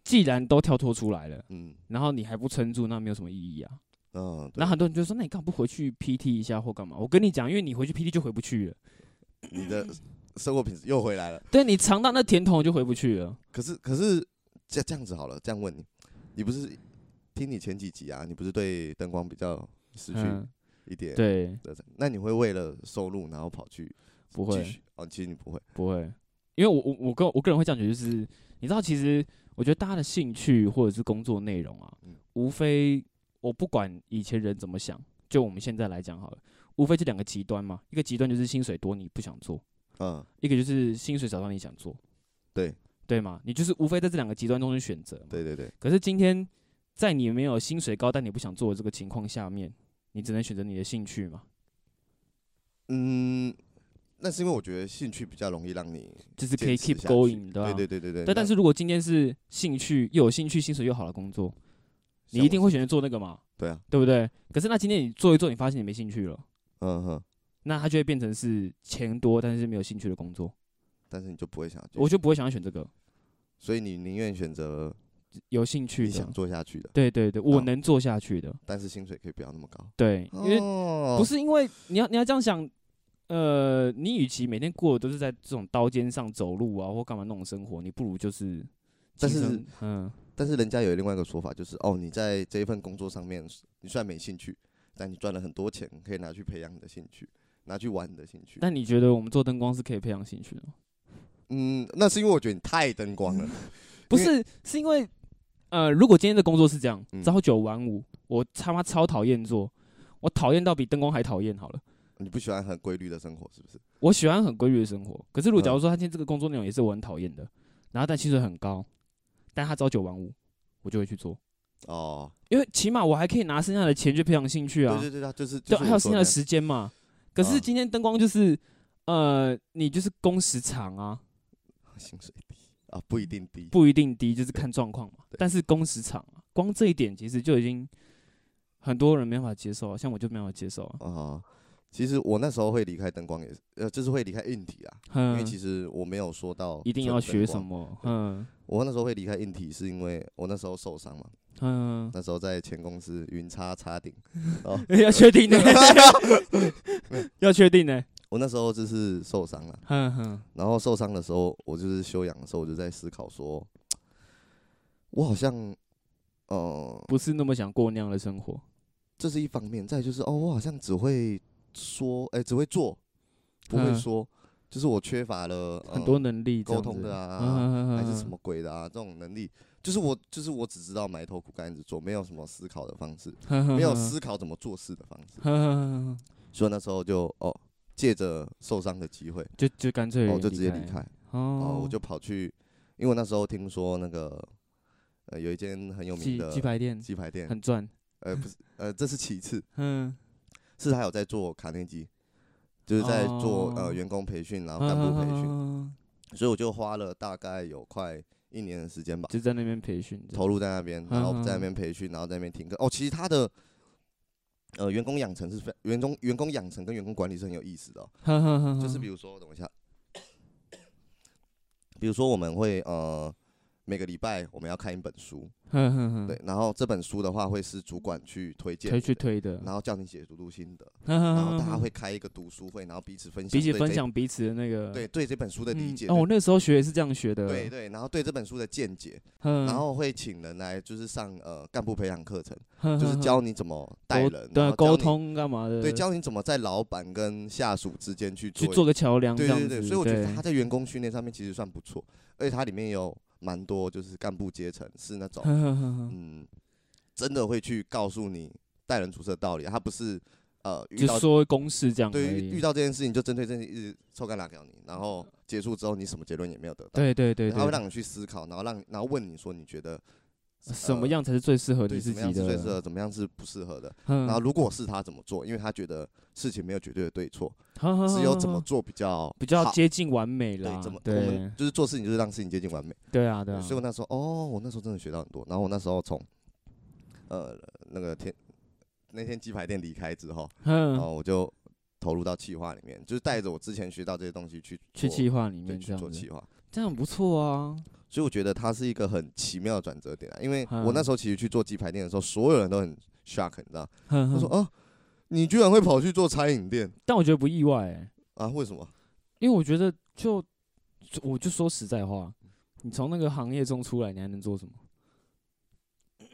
Speaker 2: 既然都跳脱出来了，
Speaker 3: 嗯
Speaker 2: 然后你还不撑住，那没有什么意义啊。
Speaker 3: 嗯，对
Speaker 2: 那很多人就说，那你干嘛不回去 PT 一下或干嘛？我跟你讲，因为你回去 PT 就回不去了，
Speaker 3: 你的生活品质又回来了。
Speaker 2: 对你尝到那甜头你就回不去了。
Speaker 3: 可是可是这这样子好了，这样问你，你不是听你前几集啊，你不是对灯光比较失去
Speaker 2: 嗯，
Speaker 3: 一点
Speaker 2: 对，
Speaker 3: 热忱？那你会为了收入然后跑去
Speaker 2: 不
Speaker 3: 继
Speaker 2: 会
Speaker 3: 续哦，其实你不会，
Speaker 2: 不会，因为我我我个我个人会这样觉得，就是你知道，其实我觉得大家的兴趣或者是工作内容啊，
Speaker 3: 嗯
Speaker 2: 无非我不管以前人怎么想，就我们现在来讲好了，无非就两个极端嘛，一个极端就是薪水多你不想做，
Speaker 3: 嗯，
Speaker 2: 一个就是薪水少到你想做，
Speaker 3: 对
Speaker 2: 对嘛，你就是无非在这两个极端中去选择嘛。
Speaker 3: 对对对，
Speaker 2: 可是今天在你没有薪水高但你不想做的这个情况下面，你只能选择你的兴趣嘛，
Speaker 3: 嗯，那是因为我觉得兴趣比较容易让你
Speaker 2: 就是可以
Speaker 3: 坚持
Speaker 2: keep
Speaker 3: 下去
Speaker 2: going 的、啊。
Speaker 3: 对对对对对。
Speaker 2: 对，但
Speaker 3: 那
Speaker 2: 是如果今天是兴趣又有兴趣、薪水又好的工作，你
Speaker 3: 像
Speaker 2: 一定
Speaker 3: 我
Speaker 2: 会
Speaker 3: 是
Speaker 2: 选择做那个嘛，
Speaker 3: 对啊，
Speaker 2: 对不对？可是那今天你做一做，你发现你没兴趣了，
Speaker 3: 嗯哼，
Speaker 2: 那它就会变成是钱多但是没有兴趣的工作，
Speaker 3: 但是你就不会想要继续，
Speaker 2: 我就不会想要选这个
Speaker 3: 所以你宁愿选择
Speaker 2: 有兴趣
Speaker 3: 你
Speaker 2: 的
Speaker 3: 想。做下去的，
Speaker 2: 对对对，我
Speaker 3: 嗯
Speaker 2: 能做下去的，
Speaker 3: 但是薪水可以不要那么高，
Speaker 2: 对，因为
Speaker 3: 哦
Speaker 2: 不是因为你要你要这样想，呃，你与其每天过的都是在这种刀尖上走路啊，或干嘛那种生活，你不如就是
Speaker 3: 但
Speaker 2: 轻
Speaker 3: 是
Speaker 2: 松，嗯，
Speaker 3: 但是人家有另外一个说法，就是哦，你在这一份工作上面，你虽然没兴趣，但你赚了很多钱，可以拿去培养你的兴趣，拿去玩你的兴趣。
Speaker 2: 那你觉得我们做灯光是可以培养兴趣的吗？
Speaker 3: 嗯，那是因为我觉得你太灯光了。
Speaker 2: 不
Speaker 3: 因
Speaker 2: 是，是因为呃，如果今天的工作是这样，
Speaker 3: 嗯
Speaker 2: 朝九晚五，我他妈超讨厌做，我讨厌到比灯光还讨厌好了。
Speaker 3: 你不喜欢很规律的生活，是不是？
Speaker 2: 我喜欢很规律的生活，可是如果假
Speaker 3: 嗯
Speaker 2: 如说他今天这个工作内容也是我很讨厌的，然后但薪水很高，但他朝九晚五，我就会去做，
Speaker 3: 哦，
Speaker 2: 因为起码我还可以拿剩下的钱去培养兴趣啊，
Speaker 3: 对对对，就是
Speaker 2: 对，
Speaker 3: 就是
Speaker 2: 还有
Speaker 3: 我
Speaker 2: 剩下
Speaker 3: 说那
Speaker 2: 的
Speaker 3: 样
Speaker 2: 时间嘛。可是
Speaker 3: 嗯
Speaker 2: 今天灯光就是。呃，你就是工时长啊，
Speaker 3: 薪水低啊，不一定低。
Speaker 2: 不一定低，就是看状况嘛
Speaker 3: 对。
Speaker 2: 但是工时长啊，光这一点其实就已经很多人没办法接受啊，像我就没办法接受啊。
Speaker 3: 啊、其实我那时候会离开灯光也是，呃，就是会离开硬体啊，因为
Speaker 2: 嗯，
Speaker 3: 其实我没有说到
Speaker 2: 一定
Speaker 3: 纯
Speaker 2: 要
Speaker 3: 灯
Speaker 2: 学
Speaker 3: 光
Speaker 2: 什。么？嗯
Speaker 3: 我那时候会离开硬体，是因为我那时候受伤嘛，
Speaker 2: 嗯，
Speaker 3: 那时候在前公司云叉叉顶，哦
Speaker 2: 要确定呢，要确定呢。
Speaker 3: 我那时候就是受伤了，
Speaker 2: 哼哼，
Speaker 3: 然后受伤的时候，我就是休养的时候，我就在思考说，我好像，呃，
Speaker 2: 不是那么想过那样的生活。
Speaker 3: 这是一方面，再来就是哦，我好像只会说，哎、只会做，不会
Speaker 2: 嗯
Speaker 3: 说，就是我缺乏了、呃、
Speaker 2: 很多能力这
Speaker 3: 沟
Speaker 2: 样子
Speaker 3: 通的啊
Speaker 2: 嗯
Speaker 3: 还是什么鬼的啊，这种能力，就是我就是我只知道埋头苦干一直做，没有什么思考的方式，没
Speaker 2: 嗯
Speaker 3: 有。思考怎么做事的方式，
Speaker 2: 哼哼哼
Speaker 3: 所以那时候就哦，借着受伤的机会，
Speaker 2: 就就干脆
Speaker 3: 我、就直接离开。哦，
Speaker 2: 哦，
Speaker 3: 我就跑去，因为我那时候听说那个呃有一间很有名
Speaker 2: 鸡
Speaker 3: 的
Speaker 2: 鸡排店
Speaker 3: 鸡排店，
Speaker 2: 很赚，
Speaker 3: 呃不是呃这是其次，
Speaker 2: 嗯，
Speaker 3: 是还有在做卡内基，就是在做、
Speaker 2: 哦
Speaker 3: 呃员工培训，然后干部培训，
Speaker 2: 训，
Speaker 3: 所以我就花了大概有快一年的时间吧，
Speaker 2: 就在那边培训这样，
Speaker 3: 投入在那边，然后在
Speaker 2: 嗯
Speaker 3: 那
Speaker 2: 嗯
Speaker 3: 边培训，然后在那边听课。哦，其实他的。呃，员工养成是非员工员工养成跟员工管理是很有意思的、哦，
Speaker 2: 哼哼哼
Speaker 3: 就是
Speaker 2: 哼
Speaker 3: 比如说，等我一下，比如说我们会呃每个礼拜我们要看一本书，
Speaker 2: 哼哼哼，
Speaker 3: 对，然后这本书的话会是主管去推荐
Speaker 2: 嗯推
Speaker 3: 你
Speaker 2: 去
Speaker 3: 的，
Speaker 2: 推的，
Speaker 3: 然后叫你写读读心得，然
Speaker 2: 然
Speaker 3: 后大家会开一个读书会，然后彼此分 享，
Speaker 2: 彼此
Speaker 3: 对
Speaker 2: 分
Speaker 3: 这
Speaker 2: 享彼此的那个
Speaker 3: 对对这本书的理
Speaker 2: 嗯
Speaker 3: 解，
Speaker 2: 哦，我那时候学也是这样学的，
Speaker 3: 对对，然后对这本书的见解，
Speaker 2: 嗯，
Speaker 3: 然后会请人来就是上呃干部培养课程，
Speaker 2: 哼
Speaker 3: 就是
Speaker 2: 哼
Speaker 3: 教你怎么
Speaker 2: 嗯
Speaker 3: 带
Speaker 2: 沟
Speaker 3: 人，然
Speaker 2: 对啊
Speaker 3: 后
Speaker 2: 沟
Speaker 3: 教你，
Speaker 2: 通干嘛的，
Speaker 3: 对，教你怎么在老板跟下属之间去
Speaker 2: 去
Speaker 3: 一
Speaker 2: 做个桥梁这
Speaker 3: 对
Speaker 2: 样子，
Speaker 3: 对对，所以我觉得他在员工训练上面其实算不错，而且它里面有蛮多就是干部阶层是那 种
Speaker 2: 哼哼哼哼
Speaker 3: 嗯，真的会去告诉你待人处事的道理，他不是呃遇
Speaker 2: 就
Speaker 3: 到
Speaker 2: 说公式这样而
Speaker 3: 对
Speaker 2: 已，
Speaker 3: 遇遇到这件事情就针对这件事一直臭干辣条你，然后结束之后你什么结论也没有得到，
Speaker 2: 对对对，
Speaker 3: 他会
Speaker 2: 对
Speaker 3: 让你去思考，然后让你然后问你说你觉得
Speaker 2: 什么样才是最适合
Speaker 3: 呃对
Speaker 2: 你
Speaker 3: 怎
Speaker 2: 自
Speaker 3: 么
Speaker 2: 己
Speaker 3: 样是
Speaker 2: 的，
Speaker 3: 最适合，怎么样是不适合的，
Speaker 2: 嗯，
Speaker 3: 然后如果是他怎么做，因为他觉得事情没有绝对的对错，
Speaker 2: 哼哼
Speaker 3: 只有怎
Speaker 2: 哼
Speaker 3: 么
Speaker 2: 哼
Speaker 3: 做比较
Speaker 2: 嗯比较
Speaker 3: 好
Speaker 2: 接近完美啦
Speaker 3: 对，怎么我
Speaker 2: 对
Speaker 3: 们就是做事情就是让事情接近完美。
Speaker 2: 对啊对啊，
Speaker 3: 所以我那时候，哦，我那时候真的学到很多。然后我那时候从，呃，那个天那天鸡排店离开之后，然
Speaker 2: 嗯，
Speaker 3: 后我就投入到企划里面，就是带着我之前学到这些东西去
Speaker 2: 去
Speaker 3: 做
Speaker 2: 企划里
Speaker 3: 对
Speaker 2: 面这
Speaker 3: 去
Speaker 2: 样
Speaker 3: 做
Speaker 2: 子，
Speaker 3: 企划。
Speaker 2: 这样很不错啊，
Speaker 3: 所以我觉得它是一个很奇妙的转折点啊，因为
Speaker 2: 嗯
Speaker 3: 我那时候其实去做鸡排店的时候，所有人都很 shock，你知道？
Speaker 2: 他
Speaker 3: 他说，哦，你居然会跑去做餐饮店
Speaker 2: 但我觉得不意外欸，
Speaker 3: 啊？为什么？
Speaker 2: 因为我觉得就就我就说实在话，你从那个行业中出来，你还能做什么？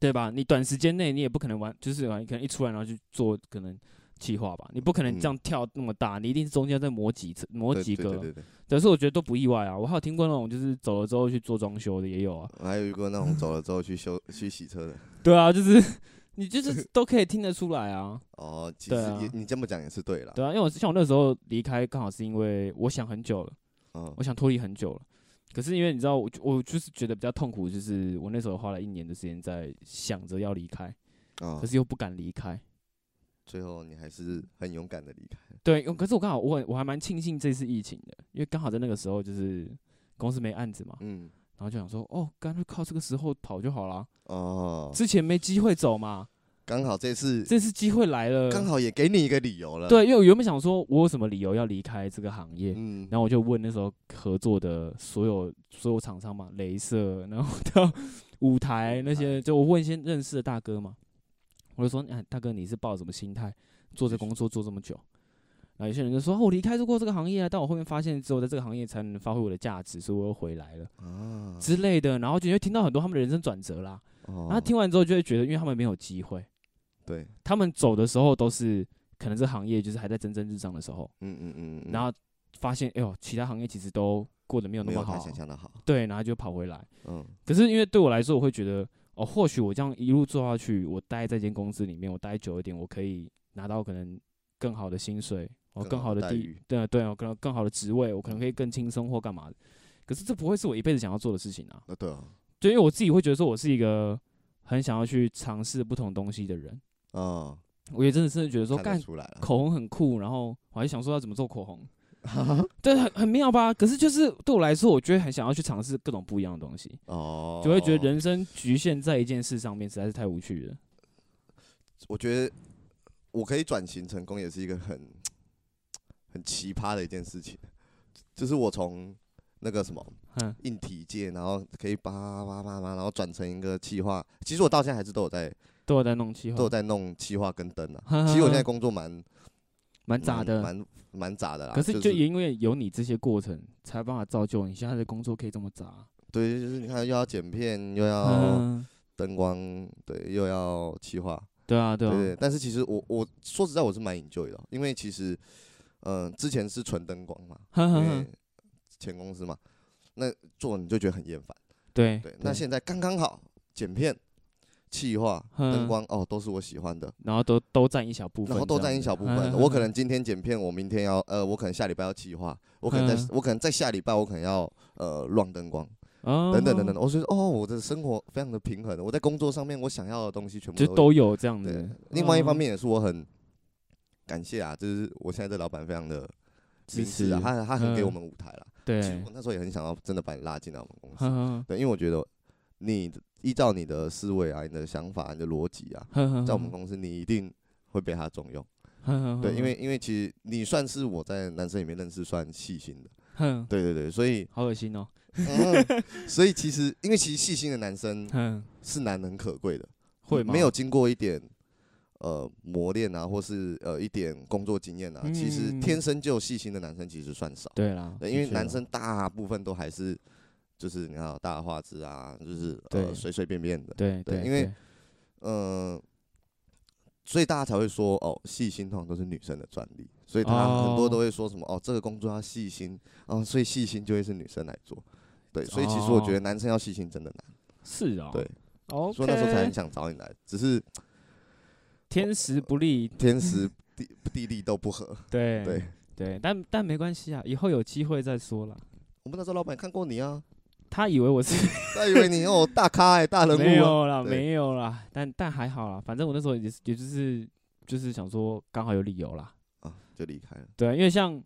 Speaker 2: 对吧？你短时间内你也不可能玩，就是啊，你可能一出来然后去做可能企划吧，你不可能这样跳那么大，你一定是中间再磨几次，磨
Speaker 3: 嗯对
Speaker 2: 几
Speaker 3: 对对
Speaker 2: 个。
Speaker 3: 对对，
Speaker 2: 但是我觉得都不意外啊，我还有听过那种就是走了之后去做装修的也有 啊。
Speaker 3: 我还有遇过那种走了之后去修去洗车的。
Speaker 2: 对啊，就是你就是 都可以听得出来啊，
Speaker 3: 哦，其实
Speaker 2: 对
Speaker 3: 也、
Speaker 2: 啊
Speaker 3: 你这么讲也是对了。
Speaker 2: 对啊，因为我像我那时候离开，刚好是因为我想很久了，
Speaker 3: 嗯
Speaker 2: 我想脱离很久了。可是因为你知道，我就我就是觉得比较痛苦，就是我那时候花了一年的时间在想着要离开，
Speaker 3: 啊
Speaker 2: 可，是又不敢离开。
Speaker 3: 最后你还是很勇敢的离开了。
Speaker 2: 对，可是我刚好我很我还蛮庆幸这次疫情的，因为刚好在那个时候就是公司没案子嘛，
Speaker 3: 嗯，
Speaker 2: 然后就想说，哦，干脆靠这个时候跑就好啦。
Speaker 3: 哦，
Speaker 2: 之前没机会走嘛，
Speaker 3: 刚好这次
Speaker 2: 这次机会来了，
Speaker 3: 刚好也给你一个理由了。，
Speaker 2: 对，因为我原本想说我有什么理由要离开这个行业，
Speaker 3: 嗯，
Speaker 2: 然后我就问那时候合作的所有所有厂商嘛，镭射，然后到 舞台那些，就我问一些认识的大哥嘛，我就说，哎，大哥你是抱着什么心态做这工作做这么久？然后有些人就说，哦我离开过这个行业啊，但我后面发现只有在这个行业才能发挥我的价值，所以我又回来了
Speaker 3: 啊，
Speaker 2: 之类的。然后就会听到很多他们的人生转折啦。
Speaker 3: 哦
Speaker 2: 然后听完之后就会觉得，因为他们没有机会，
Speaker 3: 对，
Speaker 2: 他们走的时候都是可能这行业就是还在蒸蒸日上的时候，
Speaker 3: 嗯嗯嗯，嗯
Speaker 2: 然后发现，哎呦，其他行业其实都过得没有那
Speaker 3: 没
Speaker 2: 么
Speaker 3: 有
Speaker 2: 好
Speaker 3: 他，想象的好。
Speaker 2: 对，然后就跑回来。
Speaker 3: 嗯，
Speaker 2: 可是因为对我来说，我会觉得，哦，或许我这样一路做下去，我待在这间公司里面，我待久一点，我可以拿到可能更好的薪水，哦，
Speaker 3: 更
Speaker 2: 更
Speaker 3: 好的
Speaker 2: 的
Speaker 3: 待
Speaker 2: 地
Speaker 3: 遇，
Speaker 2: 对对，哦，更更好的职位，我可能可以更轻松或干嘛的。可是这不会是我一辈子想要做的事情啊！
Speaker 3: 那对啊，
Speaker 2: 对，因为我自己会觉得说，我是一个很想要去尝试不同东西的人。
Speaker 3: 哦，
Speaker 2: 我也真的真的觉得说，
Speaker 3: 看得
Speaker 2: 干
Speaker 3: 出来了。
Speaker 2: 口红很酷，然后我还想说要怎么做口红，
Speaker 3: 啊
Speaker 2: 对，很很妙吧？可是就是对我来说，我觉得很想要去尝试各种不一样的东西，
Speaker 3: 哦，
Speaker 2: 就会觉得，人生局限在一件事上面实在是太无趣了。
Speaker 3: 我觉得我可以转型成功，也是一个很很奇葩的一件事情。就是我从那个什么
Speaker 2: 嗯，
Speaker 3: 硬体界，然后可以叭叭叭叭，然后转成一个企划。其实我到现在还是都有在
Speaker 2: 都有在弄气
Speaker 3: 都有
Speaker 2: 候，
Speaker 3: 在弄企划跟灯啊。
Speaker 2: 哈哈
Speaker 3: 其实我现在工作蛮
Speaker 2: 蛮嗯杂的。
Speaker 3: 蛮蛮杂的啦。
Speaker 2: 可是
Speaker 3: 就
Speaker 2: 就也因为有你这些过程，才有办法造就你现在的工作可以这么杂。
Speaker 3: 对，就是你看又要剪片，又要
Speaker 2: 嗯，
Speaker 3: 灯光，对，又要企划，
Speaker 2: 对啊，对
Speaker 3: 对
Speaker 2: 啊，
Speaker 3: 但是其实我我说实在我是蛮 enjoy 的，哦因为其实嗯、呃之前是纯灯光嘛，
Speaker 2: 呵
Speaker 3: 因
Speaker 2: 呵
Speaker 3: 为
Speaker 2: 呵
Speaker 3: 前公司嘛，那做你就觉得很厌烦。
Speaker 2: 对
Speaker 3: 对，那现在刚刚好，剪片、企划、灯
Speaker 2: 嗯
Speaker 3: 光哦，都是我喜欢的，
Speaker 2: 然后都都占一小部分这
Speaker 3: 然
Speaker 2: 样
Speaker 3: 后
Speaker 2: 子，嗯
Speaker 3: 都占一小部
Speaker 2: 呵呵
Speaker 3: 分。
Speaker 2: 呵
Speaker 3: 我可能今天剪片，我明天要呃，我可能下礼拜要企划，我可能在
Speaker 2: 嗯
Speaker 3: 我可能在下礼拜我可能要呃乱灯光。
Speaker 2: 哦
Speaker 3: 等等等等，我觉得哦，我的生活非常的平衡，我在工作上面我想要的东西全部
Speaker 2: 就
Speaker 3: 有
Speaker 2: 都有这样
Speaker 3: 对
Speaker 2: 的。。
Speaker 3: 另外一方
Speaker 2: 嗯
Speaker 3: 面也是我很感谢啊，就是我现在这老板非常的
Speaker 2: 支
Speaker 3: 明智啊，
Speaker 2: 持
Speaker 3: 他他很给我
Speaker 2: 嗯
Speaker 3: 们舞台了。
Speaker 2: 对嗯
Speaker 3: 其实，我那嗯时候也很想要真的把你拉进来我们公
Speaker 2: 呵
Speaker 3: 司，
Speaker 2: 呵
Speaker 3: 对，因为我觉得你的依照你的思维啊、你的想法、你的逻辑啊，
Speaker 2: 呵呵，
Speaker 3: 在我们公司你一定会被他重用。
Speaker 2: 呵呵
Speaker 3: 对，
Speaker 2: 呵
Speaker 3: 因为因为其实你算是我在男生里面认识算细心的，
Speaker 2: 哼，
Speaker 3: 对对对，所以
Speaker 2: 好恶心哦，
Speaker 3: 嗯所以其实因为其实细心的男生
Speaker 2: 哼，
Speaker 3: 是难能可贵的，
Speaker 2: 会吗？
Speaker 3: 没有，经过一点呃磨练啊，或是呃一点工作经验啊，其实
Speaker 2: 嗯
Speaker 3: 天生就有细心的男生其实算少，
Speaker 2: 对啦，
Speaker 3: 对，因为
Speaker 2: 的确啦哦
Speaker 3: 男生大部分都还是就是你看啊大画质啊，就是呃
Speaker 2: 对
Speaker 3: 随随便便的，
Speaker 2: 对
Speaker 3: 对因为嗯、所以大家才会说哦，细心通常都是女生的专利，所以他很多
Speaker 2: 哦
Speaker 3: 都会说什么哦，这个工作要细心，哦，所以细心就会是女生来做，对，所以其实我觉得
Speaker 2: 哦
Speaker 3: 男生要细心真的难，
Speaker 2: 是啊，
Speaker 3: 对，
Speaker 2: o
Speaker 3: 所以那时候才很想找你来，只是
Speaker 2: 天时不利，
Speaker 3: 天时地地利都不合，
Speaker 2: 对
Speaker 3: 对
Speaker 2: 对，但但没关系啊，以后有机会再说啦。
Speaker 3: 我们那时候老板看过你啊，
Speaker 2: 他以为我是
Speaker 3: 他以为你哦大咖哎、 大 人
Speaker 2: 没
Speaker 3: 物、啊，
Speaker 2: 有啦，
Speaker 3: 对
Speaker 2: 没有啦，但但还好啦，反正我那时候也是也就是就是想说刚好有理由啦，
Speaker 3: 啊就离开了，
Speaker 2: 对，因为像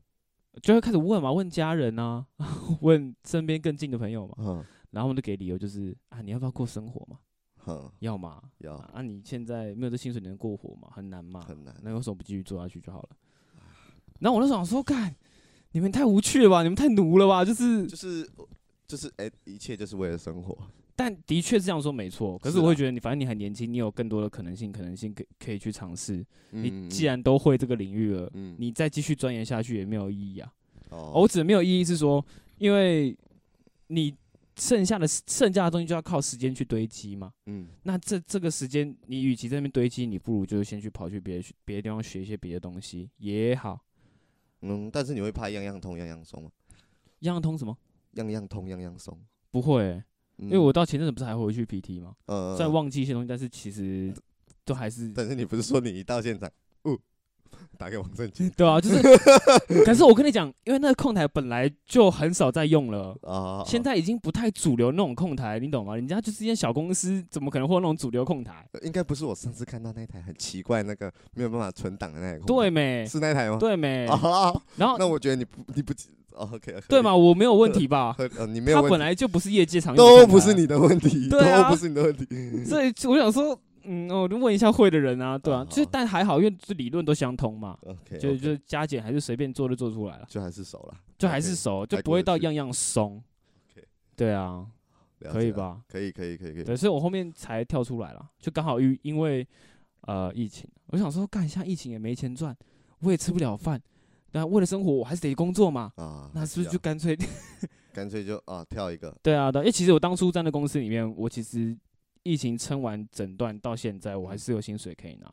Speaker 2: 就会开始问嘛，问家人啊， 问身边更近的朋友嘛，
Speaker 3: 嗯
Speaker 2: 然后我们就给理由就是啊，你要不要过生活嘛？
Speaker 3: 哼，
Speaker 2: 要嘛，
Speaker 3: 要
Speaker 2: 啊，你现在没有这薪水，你能过活吗？很难嘛，
Speaker 3: 哦很难，
Speaker 2: 那为什么不继续做下去就好了？然后我那时候想说，干，你们太无趣了吧，你们太奴了吧，就是
Speaker 3: 就是就是哎、一切就是为了生活，
Speaker 2: 但的确是这样说没错，可
Speaker 3: 是
Speaker 2: 是我会
Speaker 3: 啊
Speaker 2: 觉得你，反正你还年轻，你有更多的可能性，可能性可可以去尝试。
Speaker 3: 嗯
Speaker 2: 你既
Speaker 3: 然
Speaker 2: 然都会这个领域了，
Speaker 3: 嗯
Speaker 2: 你再继续钻研下去也没有意义啊。
Speaker 3: 哦
Speaker 2: 我指的没有意义是说，因为你剩下的剩下的东西就要靠时间去堆积嘛。
Speaker 3: 嗯，
Speaker 2: 那这这个时间，你与其在那边堆积，你不如就先去跑去别的学别的地方学一些别的东西也好。
Speaker 3: 嗯，但是你会怕样样通样样松吗？
Speaker 2: 样样通什么？
Speaker 3: 样样通样样松，
Speaker 2: 不会欸、
Speaker 3: 因
Speaker 2: 因为我到前阵子不是还回去 PT 吗？
Speaker 3: 嗯呃
Speaker 2: 虽然忘记一些东西，但是其实都还是
Speaker 3: 但是你不是说你一到现场，哦， 打给 王正杰
Speaker 2: 对啊， 就是。可是我跟你讲，因为那个控台本来就很少在用了。
Speaker 3: 啊？
Speaker 2: 现在已经不太主流那种控台，你懂吗？人家就是一间小公司，怎么可能会有那种主流控台？
Speaker 3: 呃应该不是我上次看到那台很奇怪那个没有办法存档的那台，
Speaker 2: 对，没？
Speaker 3: 哦是那台吗？
Speaker 2: 对没？
Speaker 3: 啊，
Speaker 2: 然后
Speaker 3: 那我觉得你不你不哦 OK 合理
Speaker 2: 对嘛，？我没有问题吧？
Speaker 3: 和呃 你没有
Speaker 2: 它
Speaker 3: 问
Speaker 2: 本
Speaker 3: 题，
Speaker 2: 来就不是业界常用的
Speaker 3: 都
Speaker 2: 控台啊，
Speaker 3: 不是你的问 题，
Speaker 2: 对啊
Speaker 3: 都不是你的问题。
Speaker 2: 所以我想说，嗯，我就问一下会的人啊，对啊，
Speaker 3: 嗯
Speaker 2: 就是
Speaker 3: 好
Speaker 2: 但还好，因为这理论都相通嘛，
Speaker 3: OK，
Speaker 2: 就
Speaker 3: OK，
Speaker 2: 就加减还是随便做就做出来了，
Speaker 3: 就还是熟了，
Speaker 2: 就还是熟，就
Speaker 3: 还
Speaker 2: 不
Speaker 3: 过
Speaker 2: 会
Speaker 3: 得
Speaker 2: 到
Speaker 3: 去
Speaker 2: 样样松
Speaker 3: OK。
Speaker 2: 对啊，
Speaker 3: 了解
Speaker 2: 可以
Speaker 3: 了？
Speaker 2: 吧？
Speaker 3: 可以可以可以可以，
Speaker 2: 对，所以我后面才跳出来了，就刚好遇因为呃疫情，我想说干一下疫情也没钱赚，我也吃不了饭，那为了生活我还是得工作嘛，
Speaker 3: 啊，
Speaker 2: 那
Speaker 3: 还
Speaker 2: 是不是
Speaker 3: 要
Speaker 2: 就干脆
Speaker 3: 干脆就啊跳一个？
Speaker 2: 对啊，对啊，因为其实我当初在那公司里面，我其实疫情撑完诊断到现在，我还是有薪水可以拿，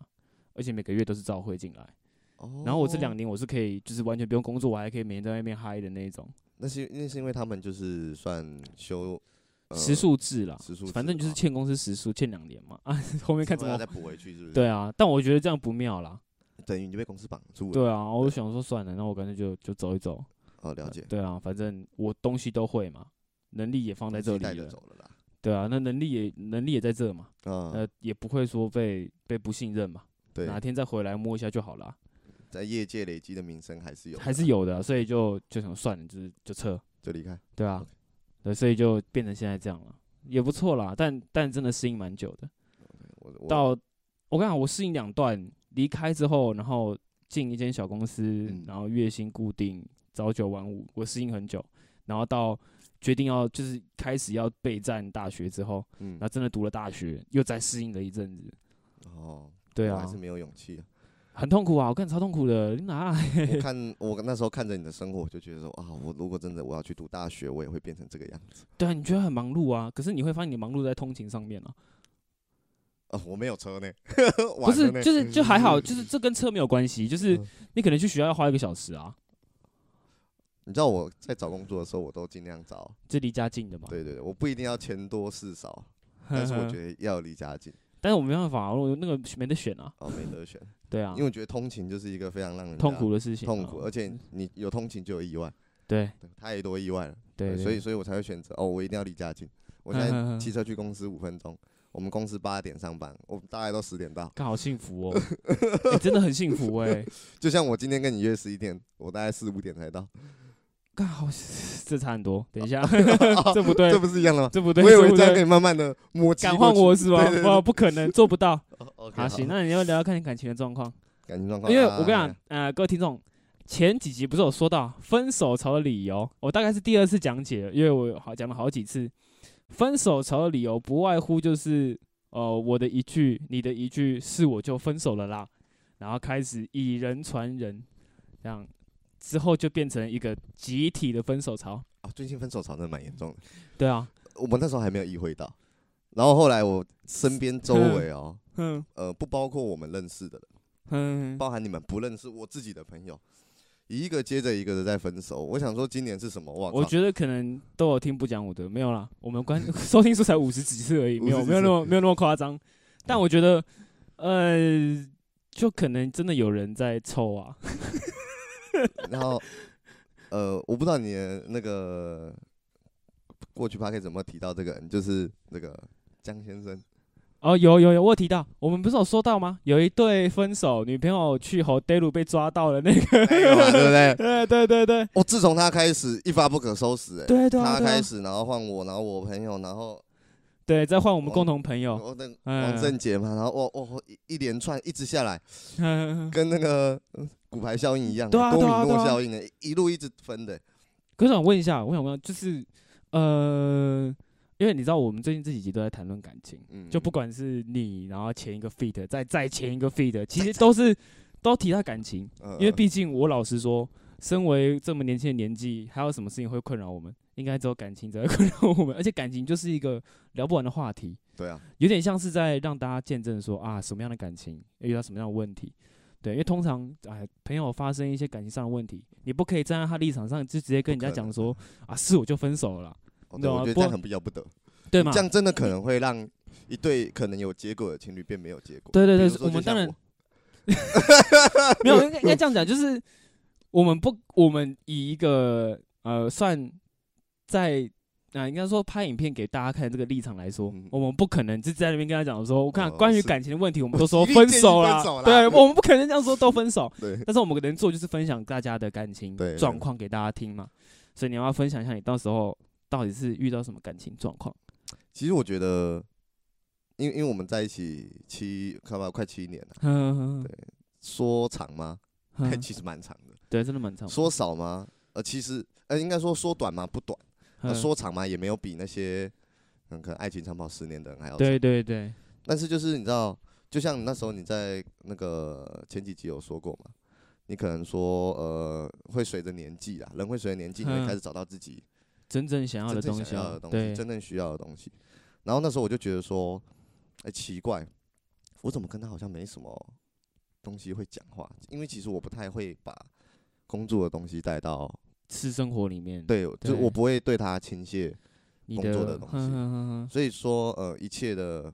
Speaker 2: 而且每个月都是照汇进来。
Speaker 3: 哦
Speaker 2: 然后我这两年我是可以就是完全不用工作，我还可以每天在外面嗨的那一种，
Speaker 3: 那是那是因为他们就是算休呃
Speaker 2: 时数制啦，
Speaker 3: 时数制
Speaker 2: 反正就是
Speaker 3: 啊
Speaker 2: 欠公司时数欠两年嘛， 啊，后面看
Speaker 3: 之
Speaker 2: 怎
Speaker 3: 后要
Speaker 2: 么
Speaker 3: 再。补回去，是不是？
Speaker 2: 对，啊，但我觉得这样不妙啦。
Speaker 3: 等于你就被公司绑住了。
Speaker 2: 对啊，我想说算了，那我干脆就就走一走。
Speaker 3: 哦，了解。
Speaker 2: 对啊，反正我东西都会嘛，能力也放在这
Speaker 3: 自己
Speaker 2: 里
Speaker 3: 带着
Speaker 2: 了。
Speaker 3: 走了啦。
Speaker 2: 对啊，那能力也能力也在这嘛，
Speaker 3: 嗯，
Speaker 2: 呃，也不会说被被不信任嘛。
Speaker 3: 对，
Speaker 2: 哪天再回来摸一下就好了啊、
Speaker 3: 在业界累积的名声还是有的啦，
Speaker 2: 还是有的啊，所以就就想算了，就是就撤，
Speaker 3: 就离开。
Speaker 2: 对啊
Speaker 3: OK，
Speaker 2: 对，所以就变成现在这样了，也不错啦，但但真的适应蛮久的。
Speaker 3: 我我
Speaker 2: 到我跟你讲，我适应两段，离开之后，然后进一间小公司，
Speaker 3: 嗯
Speaker 2: 然后月薪固定，早九晚五，我适应很久，然后到决定要就是开始要备战大学之后，
Speaker 3: 嗯
Speaker 2: 然后真的读了大学，又再适应了一阵子，
Speaker 3: 哦，
Speaker 2: 对
Speaker 3: 我
Speaker 2: 啊
Speaker 3: 还，是没有勇气啊。
Speaker 2: 很痛苦啊，我看超痛苦的，你哪
Speaker 3: 我看我那时候看着你的生活，我就觉得说啊，我如果真的我要去读大学，我也会变成这个样子
Speaker 2: 对啊，你觉得很忙碌啊，可是你会发现你忙碌在通勤上面啊，
Speaker 3: 啊。我没有车呢，
Speaker 2: 不
Speaker 3: 不
Speaker 2: 是，就是就还好，就是这跟车没有关系，就是
Speaker 3: 嗯
Speaker 2: 你可能去学校要花一个小时啊，
Speaker 3: 你知道我在找工作的时候，我都尽量找。
Speaker 2: 这离家近的嘛。
Speaker 3: 对对对，我不一定要钱多 事少，
Speaker 2: 嗯
Speaker 3: 但是我觉
Speaker 2: 得，
Speaker 3: 得要离家近
Speaker 2: 但是我没办法啊，我那个没得选啊，
Speaker 3: 哦，没得选，
Speaker 2: 对啊
Speaker 3: 因为，我觉得通勤就是一个非常让人
Speaker 2: 痛
Speaker 3: 家
Speaker 2: 苦的事情啊，
Speaker 3: 痛苦，而且你有通勤就有意外，
Speaker 2: 对
Speaker 3: 对太多意外了。
Speaker 2: 对，
Speaker 3: 所以
Speaker 2: 对
Speaker 3: 所以我才会选择哦，我一定要离家近。我现
Speaker 2: 嗯嗯嗯
Speaker 3: 在骑车去公司五分钟，我们公司八点上班，我大概都十点到。
Speaker 2: 干好幸福 哦，欸真的很幸福哎，
Speaker 3: 就像我今天跟你约十一点，我大概四五点才到，
Speaker 2: 干好，这差很多，等 一下，这不对
Speaker 3: 这，不是一样的吗？
Speaker 2: 这不对，
Speaker 3: 我以为
Speaker 2: 不
Speaker 3: 这样可
Speaker 2: 对
Speaker 3: 以，慢慢的摸清。
Speaker 2: 敢换我是吗
Speaker 3: 对对？对
Speaker 2: 哇，不可能，做不到。
Speaker 3: 哦，OK，
Speaker 2: 好，行，那你要聊聊看你感情的状况。
Speaker 3: 感情状况，
Speaker 2: 因为
Speaker 3: 啊
Speaker 2: 我跟你讲，呃，各位听众，前几集不是有说到分手潮的理由，我大概是第二次讲解了，因为我好讲了好几次，分手潮的理由不外乎就是，呃，我的一句，你的一句，是我就分手了啦，然后开始以人传人，这样之后就变成一个集体的分手潮。
Speaker 3: 啊，最近分手吵得蛮严重的，
Speaker 2: 对啊，
Speaker 3: 我们那时候还没有意会到。然后后来我身边周围哦，
Speaker 2: 哼
Speaker 3: 呃，不包括我们认识的人，
Speaker 2: 哼，
Speaker 3: 包含你们不认识我自己的朋友，一个接着一个的在分手。我想说今年是什么？哇靠，
Speaker 2: 我觉得可能都有听不讲武德，没有啦，我们关 收听数才五十几次而已，没有
Speaker 3: 50几
Speaker 2: 没有那么没有那么夸张。但我觉得，呃，就可能真的有人在凑啊，
Speaker 3: 然后，呃，我不知道你的那个过去 p a r k 怎么提到这个人，就是那个江先 生。
Speaker 2: 哦，有有有，我有提到，我们不是有说到吗？有一对分手，女朋友去吼 d a l 被抓到了那个，
Speaker 3: 那个哎嘛对不对？
Speaker 2: 呃，对对对
Speaker 3: 我、自从他开始一发不可收拾、欸，
Speaker 2: 对对啊
Speaker 3: 他
Speaker 2: 对
Speaker 3: 开
Speaker 2: 啊，
Speaker 3: 始，然后换我，然后我朋友，然后
Speaker 2: 对，再换我们
Speaker 3: 王
Speaker 2: 共同朋友，
Speaker 3: 我那个
Speaker 2: 嗯
Speaker 3: 王正杰嘛，然后我我一一连串一直下来，
Speaker 2: 嗯，
Speaker 3: 跟那个嗯骨牌效应一样、
Speaker 2: 对啊
Speaker 3: 多米
Speaker 2: 对啊对
Speaker 3: 诺
Speaker 2: 啊
Speaker 3: 效应的、一路一直分的、
Speaker 2: 可是我想问一下，我想问，就是呃，因为你知道我们最近这几集都在谈论感情。
Speaker 3: 嗯，
Speaker 2: 就不管是你，然后前一个 feed，再再呃前一个 feed，其实都是都提到感情，
Speaker 3: 嗯，
Speaker 2: 因为毕竟我老实说，身为这么年轻的年纪，还有什么事情会困扰我们？应该只有感情才会困扰我们，而 且感情就是一个聊不完的话题，
Speaker 3: 对啊，
Speaker 2: 有点像是在让大家见证说啊什么样的感情遇到什么样的问题。对，因为通常哎，朋友发生一些感情上的问题，你不可以站在他立场上就直接跟人家讲说啊是我就分手了啦，
Speaker 3: 哦
Speaker 2: 你
Speaker 3: 对，
Speaker 2: 懂
Speaker 3: 我
Speaker 2: 吗
Speaker 3: 觉得
Speaker 2: 不
Speaker 3: 这样很不要不得，
Speaker 2: 对吗
Speaker 3: 这？样真的可能会让一对可能有结果的情侣变没有结果。
Speaker 2: 对对对
Speaker 3: 比如说
Speaker 2: 我们
Speaker 3: 就像
Speaker 2: 当然 没 有，应该应该这样讲，就是我们不，我们以一个呃，算在啊、应该说拍影片给大家看的这个立场来说，
Speaker 3: 嗯
Speaker 2: 我们不可能就在那边跟他讲说，我看
Speaker 3: 哦
Speaker 2: 关于
Speaker 3: 是
Speaker 2: 感情的问题，我们都
Speaker 3: 我
Speaker 2: 说
Speaker 3: 一定
Speaker 2: 分
Speaker 3: 建议
Speaker 2: 手
Speaker 3: 分
Speaker 2: 啦，
Speaker 3: 手啦
Speaker 2: 对，我们不可能这样说都分手，
Speaker 3: 对，
Speaker 2: 但是我们能做就是分享大家的感情
Speaker 3: 对对
Speaker 2: 状况给大家听嘛，所以你要不要分享一下你到时候到底是遇到什么感情状 况？
Speaker 3: 其实我觉得，因为因为我们在一起七，看吧，快七年了，
Speaker 2: 哼
Speaker 3: 对说长吗？
Speaker 2: 哼哼
Speaker 3: 其实蛮长的。
Speaker 2: 对，真的蛮长的。
Speaker 3: 说少吗？呃，其实呃，应该说说短吗？不短。呃，
Speaker 2: 哼
Speaker 3: 说长吗？也没有比那些嗯，可能爱情长跑十年的人还要长。
Speaker 2: 对对对，
Speaker 3: 但是就是你知道，就像那时候你在那个前几集有说过嘛，你可能说呃，会随着年纪啦，人会随着年纪，你会
Speaker 2: 嗯
Speaker 3: 开始找到自己
Speaker 2: 真正想要的
Speaker 3: 真正
Speaker 2: 东西
Speaker 3: 想要的
Speaker 2: 啊，
Speaker 3: 东
Speaker 2: 对
Speaker 3: 西，，真正需要的东西。然后那时候我就觉得说，哎、奇怪，我怎么跟他好像没什么东西会讲话？因为其实我不太会把工作的东西带到，
Speaker 2: 私生活里面，
Speaker 3: 对，就
Speaker 2: 嗯对
Speaker 3: 我不会对他倾泻，
Speaker 2: 你
Speaker 3: 工作的东
Speaker 2: 哼
Speaker 3: 西
Speaker 2: 哼哼哼
Speaker 3: 所以说呃，一切的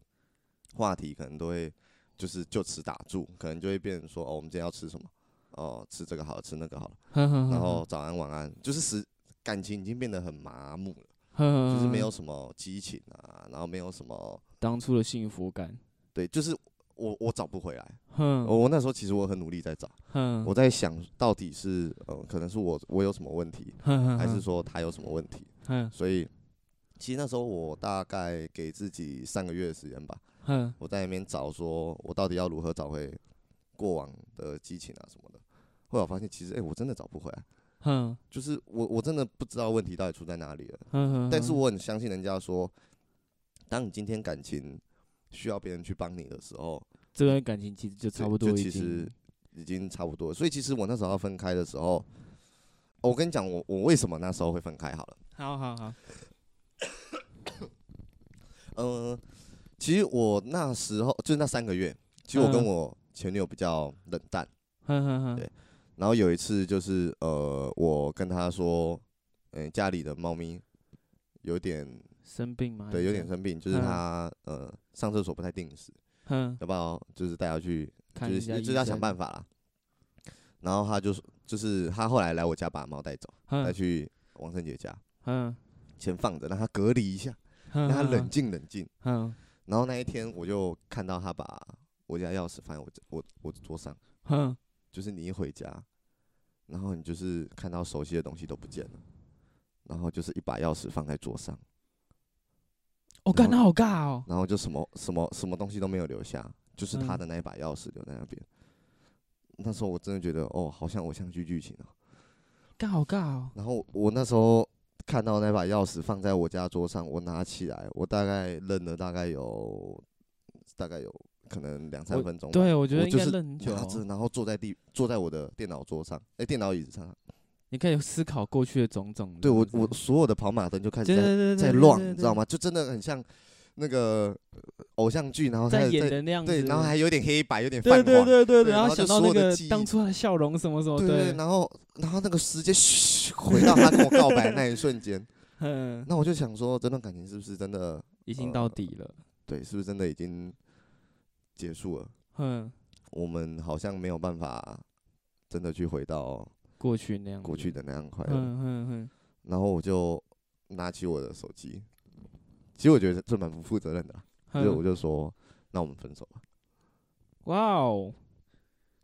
Speaker 3: 话题可能都会就是就此打住，可能就会变成说，哦，我们今天要吃什么？哦，吃这个好了，吃那个好了，
Speaker 2: 哼嗯哼哼
Speaker 3: 然后早安晚安，就是时感情已经变得很麻木了，
Speaker 2: 哼
Speaker 3: 就是没
Speaker 2: 哼
Speaker 3: 有
Speaker 2: 哼
Speaker 3: 什么激情啊，然后没有什么。
Speaker 2: 当初的幸福感。
Speaker 3: 对，就是我我找不回来。
Speaker 2: 哼，
Speaker 3: 我我那时候其实我很努力在找，
Speaker 2: 哼，
Speaker 3: 哦我在想到底是呃，可能是我我有什么问题，
Speaker 2: 哼嗯哼
Speaker 3: 还是
Speaker 2: 哼
Speaker 3: 说他有什么问题？
Speaker 2: 哼
Speaker 3: 所以其实那时候我大概给自己三个月的时间吧，
Speaker 2: 哼
Speaker 3: 我在那边找，说我到底要如何找回过往的激情啊什么的。后来我发现，其实哎、我真的找不回来，
Speaker 2: 哼
Speaker 3: 就是我我真的不知道问题到底出在哪里了。
Speaker 2: 哼，
Speaker 3: 但是
Speaker 2: 嗯哼
Speaker 3: 我很相信人家说，当你今天感情需要别人去帮你的时候，
Speaker 2: 这段感情其实就差
Speaker 3: 对
Speaker 2: 不
Speaker 3: 就
Speaker 2: 多已
Speaker 3: 其
Speaker 2: 经
Speaker 3: 实已经差不多了。所以其实我那时候要分开的时候，哦我跟你讲，我我为什么那时候会分开好了。
Speaker 2: 好好好，
Speaker 3: 嗯、其实我那时候就那三个月，其实我跟
Speaker 2: 嗯
Speaker 3: 我前女友比较冷淡。
Speaker 2: 哼哼哼
Speaker 3: 对然后有一次就是呃，我跟她说，嗯、家里的猫咪有点
Speaker 2: 生病吗？
Speaker 3: 对，有点
Speaker 2: 生，
Speaker 3: 生病，就是
Speaker 2: 嗯
Speaker 3: 它呃上厕所不太定时，
Speaker 2: 哼，
Speaker 3: 要不要就是带它去
Speaker 2: 看
Speaker 3: 就
Speaker 2: 一
Speaker 3: 是
Speaker 2: 下
Speaker 3: 就
Speaker 2: 医
Speaker 3: 是要想
Speaker 2: 生
Speaker 3: 办法啦。然后他就说，就是他后来来我家把猫带走，带
Speaker 2: 哼
Speaker 3: 去王胜杰家，
Speaker 2: 哼
Speaker 3: 先放着，让他隔离一下，
Speaker 2: 哼，
Speaker 3: 让他冷
Speaker 2: 哼，
Speaker 3: 静冷静。
Speaker 2: 哼
Speaker 3: 然后那一天我就看到他把我家钥匙放在我我我桌上，
Speaker 2: 哼，
Speaker 3: 就是你一回家，然后你就是看到熟悉的东西都不见了，然后就是一把钥匙放在桌上，
Speaker 2: 我干
Speaker 3: 然
Speaker 2: 他好尬哦，
Speaker 3: 然后就什么什么什么东西都没有留下，就是他
Speaker 2: 嗯
Speaker 3: 的那一把钥匙留在那边。那时候我真的觉得，哦，好像偶像剧剧情哦。
Speaker 2: 尬好尬哦，
Speaker 3: 然后我那时候看到那把钥匙放在我家桌上，我拿起来，我大概愣了大概有大概有可能两三分钟吧。
Speaker 2: 对我觉得
Speaker 3: 我
Speaker 2: 应
Speaker 3: 就
Speaker 2: 该
Speaker 3: 是啊
Speaker 2: 认很久
Speaker 3: 拿
Speaker 2: 哦，
Speaker 3: 着，然后坐在地坐在我的电脑桌上，哎、电脑椅子上。
Speaker 2: 你可以思考过去的种种，
Speaker 3: 对我
Speaker 2: 是不
Speaker 3: 我
Speaker 2: 是
Speaker 3: 所有的跑马灯就开始
Speaker 2: 对
Speaker 3: 在
Speaker 2: 对对对
Speaker 3: 在
Speaker 2: 对
Speaker 3: 乱，
Speaker 2: 对
Speaker 3: 你知道
Speaker 2: 对
Speaker 3: 吗？就真的很像那个呃偶像剧，然后开
Speaker 2: 在
Speaker 3: 始
Speaker 2: 演的那样子，
Speaker 3: 对，然后还有点黑白，有点泛
Speaker 2: 对
Speaker 3: 黄，
Speaker 2: 对对对，然
Speaker 3: 对然
Speaker 2: 后
Speaker 3: 后
Speaker 2: 想
Speaker 3: 就
Speaker 2: 到那
Speaker 3: 所有的
Speaker 2: 个
Speaker 3: 记忆
Speaker 2: 当初他的笑容什么什么，
Speaker 3: 对对，
Speaker 2: 对，
Speaker 3: 然后然后那个时间嘘回到他跟我告白那一 瞬间，
Speaker 2: 嗯，
Speaker 3: 那我就想说，这段感情是不是真的？
Speaker 2: 已经
Speaker 3: 呃
Speaker 2: 到底了，
Speaker 3: 对，是不是真的已经结束了？
Speaker 2: 嗯，
Speaker 3: 我们好像没有办法真的去回到
Speaker 2: 过去那样子，
Speaker 3: 过去的那样快乐。
Speaker 2: 嗯嗯
Speaker 3: 然后我就拿起我的手机，其实我觉得这蛮不负责任的啦，
Speaker 2: 嗯，
Speaker 3: 就我就说，那我们分手吧。
Speaker 2: 哇哦！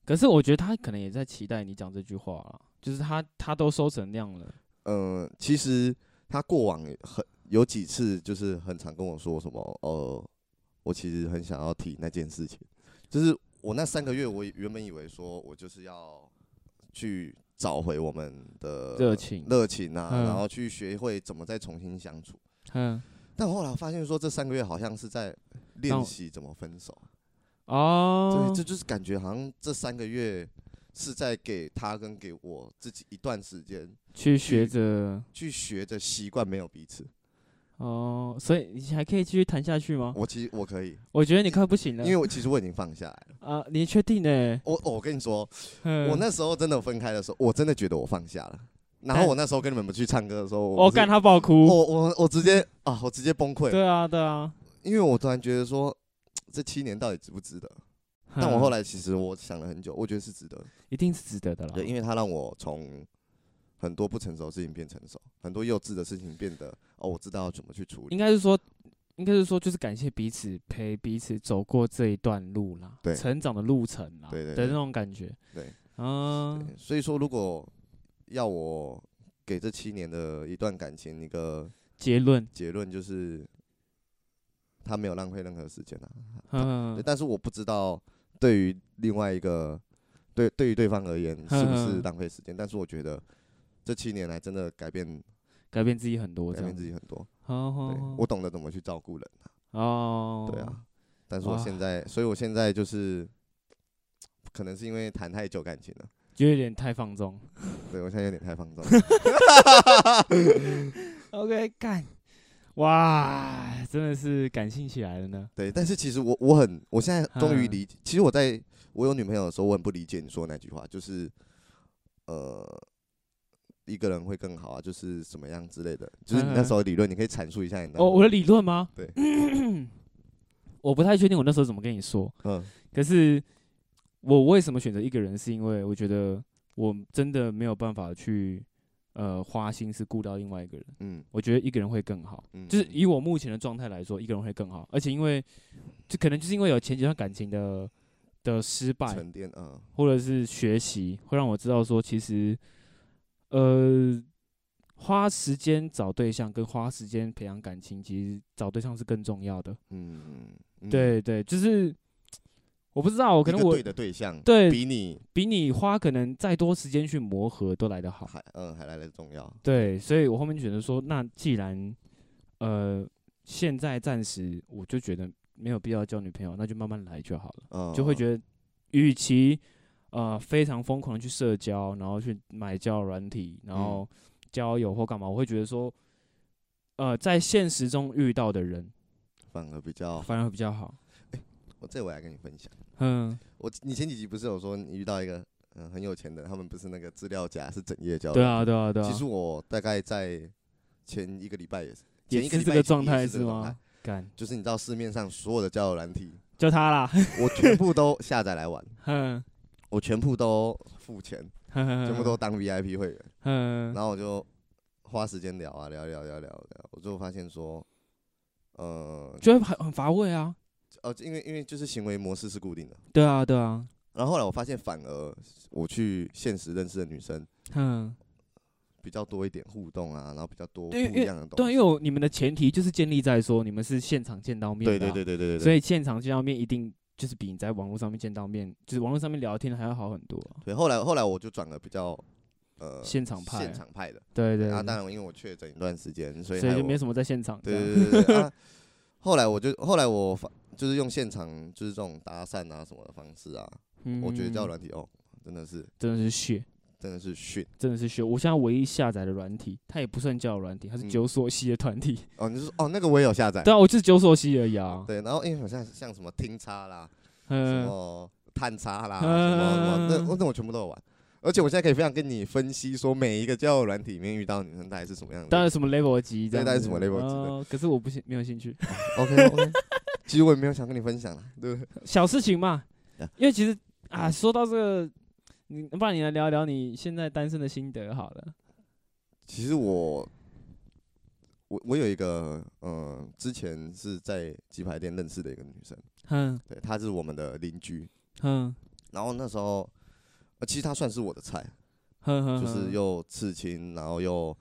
Speaker 2: 可是我觉得他可能也在期待你讲这句话啦，就是他他都收成那样了，
Speaker 3: 嗯，其实他过往也很有几次就是很常跟我说什么，呃，我其实很想要提那件事情，就是我那三个月，我以原本以为说我就是要去找回我们的呃
Speaker 2: 热情
Speaker 3: 热情啊，
Speaker 2: 嗯
Speaker 3: 然后去学会怎么再重新相处。
Speaker 2: 嗯，
Speaker 3: 但我后来发现说，这三个月好像是在练
Speaker 2: 我
Speaker 3: 习怎么分手，
Speaker 2: 哦，
Speaker 3: 对，这就是感觉好像这三个月是在给他跟给我自己一段时间
Speaker 2: 去学着
Speaker 3: 去学着习惯没有彼此。
Speaker 2: 哦，所以你还可以继续谈下去吗？
Speaker 3: 我其实我可以，
Speaker 2: 我觉得你快不哦 行了，
Speaker 3: 因为我其实我已经放下来了。
Speaker 2: 啊，你确定呢？
Speaker 3: 我我跟你说，
Speaker 2: 我
Speaker 3: 我那时候真的分开的时候，我真的觉得我放下了。然后我那时候跟你们不去唱歌的时候，
Speaker 2: 我
Speaker 3: 我
Speaker 2: 干
Speaker 3: 干，
Speaker 2: 他爆哭，
Speaker 3: 我我我直接啊，我直接崩溃，
Speaker 2: 对啊对啊，
Speaker 3: 因为我突然觉得说，这七年到底值不值得？但我后
Speaker 2: 来
Speaker 3: 来其实我想了很久，我觉得是值得的。
Speaker 2: 一定是值得的啦，
Speaker 3: 对，因为它让我从很多不成熟的事情变成熟，很多幼稚的事情变得哦，我知道要怎么去处
Speaker 2: 应
Speaker 3: 理。
Speaker 2: 该是说，应该是说，就是感谢彼此陪彼此走过这一段路啦，
Speaker 3: 对
Speaker 2: 成长的路程啦，
Speaker 3: 对对
Speaker 2: 的
Speaker 3: 对
Speaker 2: 那种感觉，
Speaker 3: 对，
Speaker 2: 嗯，
Speaker 3: 对所以说，如果要我给这七年的一段感情一个
Speaker 2: 结论，
Speaker 3: 结论，就是他没有浪费任何时间啊。对
Speaker 2: 嗯，
Speaker 3: 但是我不知道对于另外一个对对于对方而言是不是
Speaker 2: 嗯
Speaker 3: 浪费时间，但是我觉得这七年来真的改变
Speaker 2: 改变自己很多，
Speaker 3: 改
Speaker 2: 这
Speaker 3: 变
Speaker 2: 样
Speaker 3: 自
Speaker 2: 子，
Speaker 3: 己很多。对
Speaker 2: 哦，
Speaker 3: 我懂得怎么去照顾人。
Speaker 2: 哦，
Speaker 3: 对啊，但是我
Speaker 2: 哇
Speaker 3: 现在，所以我现在就是，可能是因为谈太久感情了，
Speaker 2: 就有点太放 纵。
Speaker 3: 对我现在有点太放纵了。
Speaker 2: OK，干，哇，真的是感性起来了呢。
Speaker 3: 对，但是其实我我很，我现在终于
Speaker 2: 嗯
Speaker 3: 理解，其实我在我有女朋友的时候，我很不理解你说的那句话，就是，呃。一个人会更好啊，就是什么样之类的，就是你那
Speaker 2: 嗯
Speaker 3: 时候的理论，你可以阐述一下你的。
Speaker 2: 哦，我的理论吗？
Speaker 3: 对，
Speaker 2: 我不太确定我那时候怎么跟你说，
Speaker 3: 嗯
Speaker 2: 可是我为什么选择一个人，是因为我觉得我真的没有办法去呃花心思顾到另外一个人。
Speaker 3: 嗯
Speaker 2: 我觉得一个人会更好，
Speaker 3: 嗯，
Speaker 2: 就是
Speaker 3: 嗯
Speaker 2: 以我目前的状态来说，一个人会更好。而且因为就可能就是因为有前几段感情的的失败，
Speaker 3: 沉淀嗯
Speaker 2: 或者是学习，会让我知道说，其实，呃，花时间找对象跟花时间培养感情，其实找对象是更重要的。
Speaker 3: 嗯嗯，
Speaker 2: 对对，就是我不知道，
Speaker 3: 一
Speaker 2: 可能
Speaker 3: 个
Speaker 2: 我
Speaker 3: 对的对象，
Speaker 2: 对
Speaker 3: 比你
Speaker 2: 比你花可能再多时间去磨合都来得好。
Speaker 3: 还嗯还来的重要。
Speaker 2: 对，所以我后面选择说，那既然呃现在暂时我就觉得没有必要交女朋友，那就慢慢来就好了。
Speaker 3: 嗯，
Speaker 2: 就会
Speaker 3: 得
Speaker 2: 觉得，与其呃非常疯狂的去社交，然后去买交友软体，然
Speaker 3: 嗯
Speaker 2: 后交友或干嘛，我会觉得说，呃，在现实中遇到的人
Speaker 3: 反而比较，
Speaker 2: 反而会比较
Speaker 3: 哦
Speaker 2: 好。
Speaker 3: 我这我来跟你分享。
Speaker 2: 嗯，
Speaker 3: 我你前几集不是有说你遇到一个嗯、呃很有钱的，他们不是那个资料夹是整夜交
Speaker 2: 对
Speaker 3: 的。
Speaker 2: 啊，对啊，对啊。
Speaker 3: 其实我大概在前一个礼拜也是，前
Speaker 2: 也
Speaker 3: 一个
Speaker 2: 是
Speaker 3: 礼
Speaker 2: 这
Speaker 3: 拜
Speaker 2: 个
Speaker 3: 以前
Speaker 2: 状
Speaker 3: 也
Speaker 2: 态
Speaker 3: 是
Speaker 2: 是
Speaker 3: 这个状态
Speaker 2: 吗？？干，
Speaker 3: 就是你知道市面上所有的交友软体，
Speaker 2: 就他啦。
Speaker 3: 我全部都下载来玩，
Speaker 2: 嗯，
Speaker 3: 我全部都付钱，全
Speaker 2: 全
Speaker 3: 部都当 VIP 会员，
Speaker 2: 嗯
Speaker 3: 然后我就花时间聊啊聊聊聊聊聊，我就发现说，呃
Speaker 2: 觉得很很乏味啊。
Speaker 3: 哦，因为因为就是行为模式是固定的，
Speaker 2: 对啊，对啊。
Speaker 3: 然后后来我发现反而我去现实认识的女生。
Speaker 2: 嗯，
Speaker 3: 比较多一点互动啊，然后比较多不
Speaker 2: 对因为
Speaker 3: 一样的东西。
Speaker 2: 对啊，因为我你们的前提就是建立在说你们是现场见到面的、
Speaker 3: 对
Speaker 2: 啊，
Speaker 3: 对对对对对，
Speaker 2: 所
Speaker 3: 以
Speaker 2: 以现场见到面一定就是比你在网络上面见到面，就是网络上面聊天还要好很多啊、
Speaker 3: 对后来后来我就转了比较呃
Speaker 2: 现场派
Speaker 3: 现场派的
Speaker 2: 对对
Speaker 3: 啊，
Speaker 2: 对
Speaker 3: 当然因为我确诊一段时间，所以
Speaker 2: 所以
Speaker 3: 害
Speaker 2: 就
Speaker 3: 我
Speaker 2: 没什么在现场这
Speaker 3: 对
Speaker 2: 样。
Speaker 3: 对对对对 啊。后来我就后来我发就是用现场就是这种搭讪啊什么的方式啊，
Speaker 2: 嗯
Speaker 3: 我觉得叫软体哦，真的是
Speaker 2: 真的是血，
Speaker 3: 真的是逊
Speaker 2: 真的是血。我现在唯一下载的软体，它也不算叫软体，它是
Speaker 3: 嗯
Speaker 2: 九所系的团体。
Speaker 3: 哦，你就说哦那个我也有下载，
Speaker 2: 对啊，我就是九所系而已啊。
Speaker 3: 对，然后因为好像像什么听叉啦，什
Speaker 2: 嗯，
Speaker 3: 么探查啦，什
Speaker 2: 嗯
Speaker 3: 么什么，那我那我全部都有玩。而且我现在可以非常跟你分析，说每一个交友软体里面遇到的女生大概是什么样的。
Speaker 2: 当然什么 level 级这样子，
Speaker 3: 对当然什么 level 级的
Speaker 2: 哦可是我不兴没有兴趣，
Speaker 3: ，OK OK。其实我也没有想跟你分享啦，对不对？
Speaker 2: 小事情嘛
Speaker 3: 啊。
Speaker 2: 因为其实啊，说到这个，你不然你来聊一聊你现在单身的心得好了。
Speaker 3: 其实我，我我有一个，呃，之前是在鸡排店认识的一个女生，
Speaker 2: 哼
Speaker 3: 对，她是我们的邻居。
Speaker 2: 哼
Speaker 3: 然后那时候，呃，其实她算是我的菜，
Speaker 2: 哼嗯哼，
Speaker 3: 就是
Speaker 2: 哼
Speaker 3: 又刺青，然后又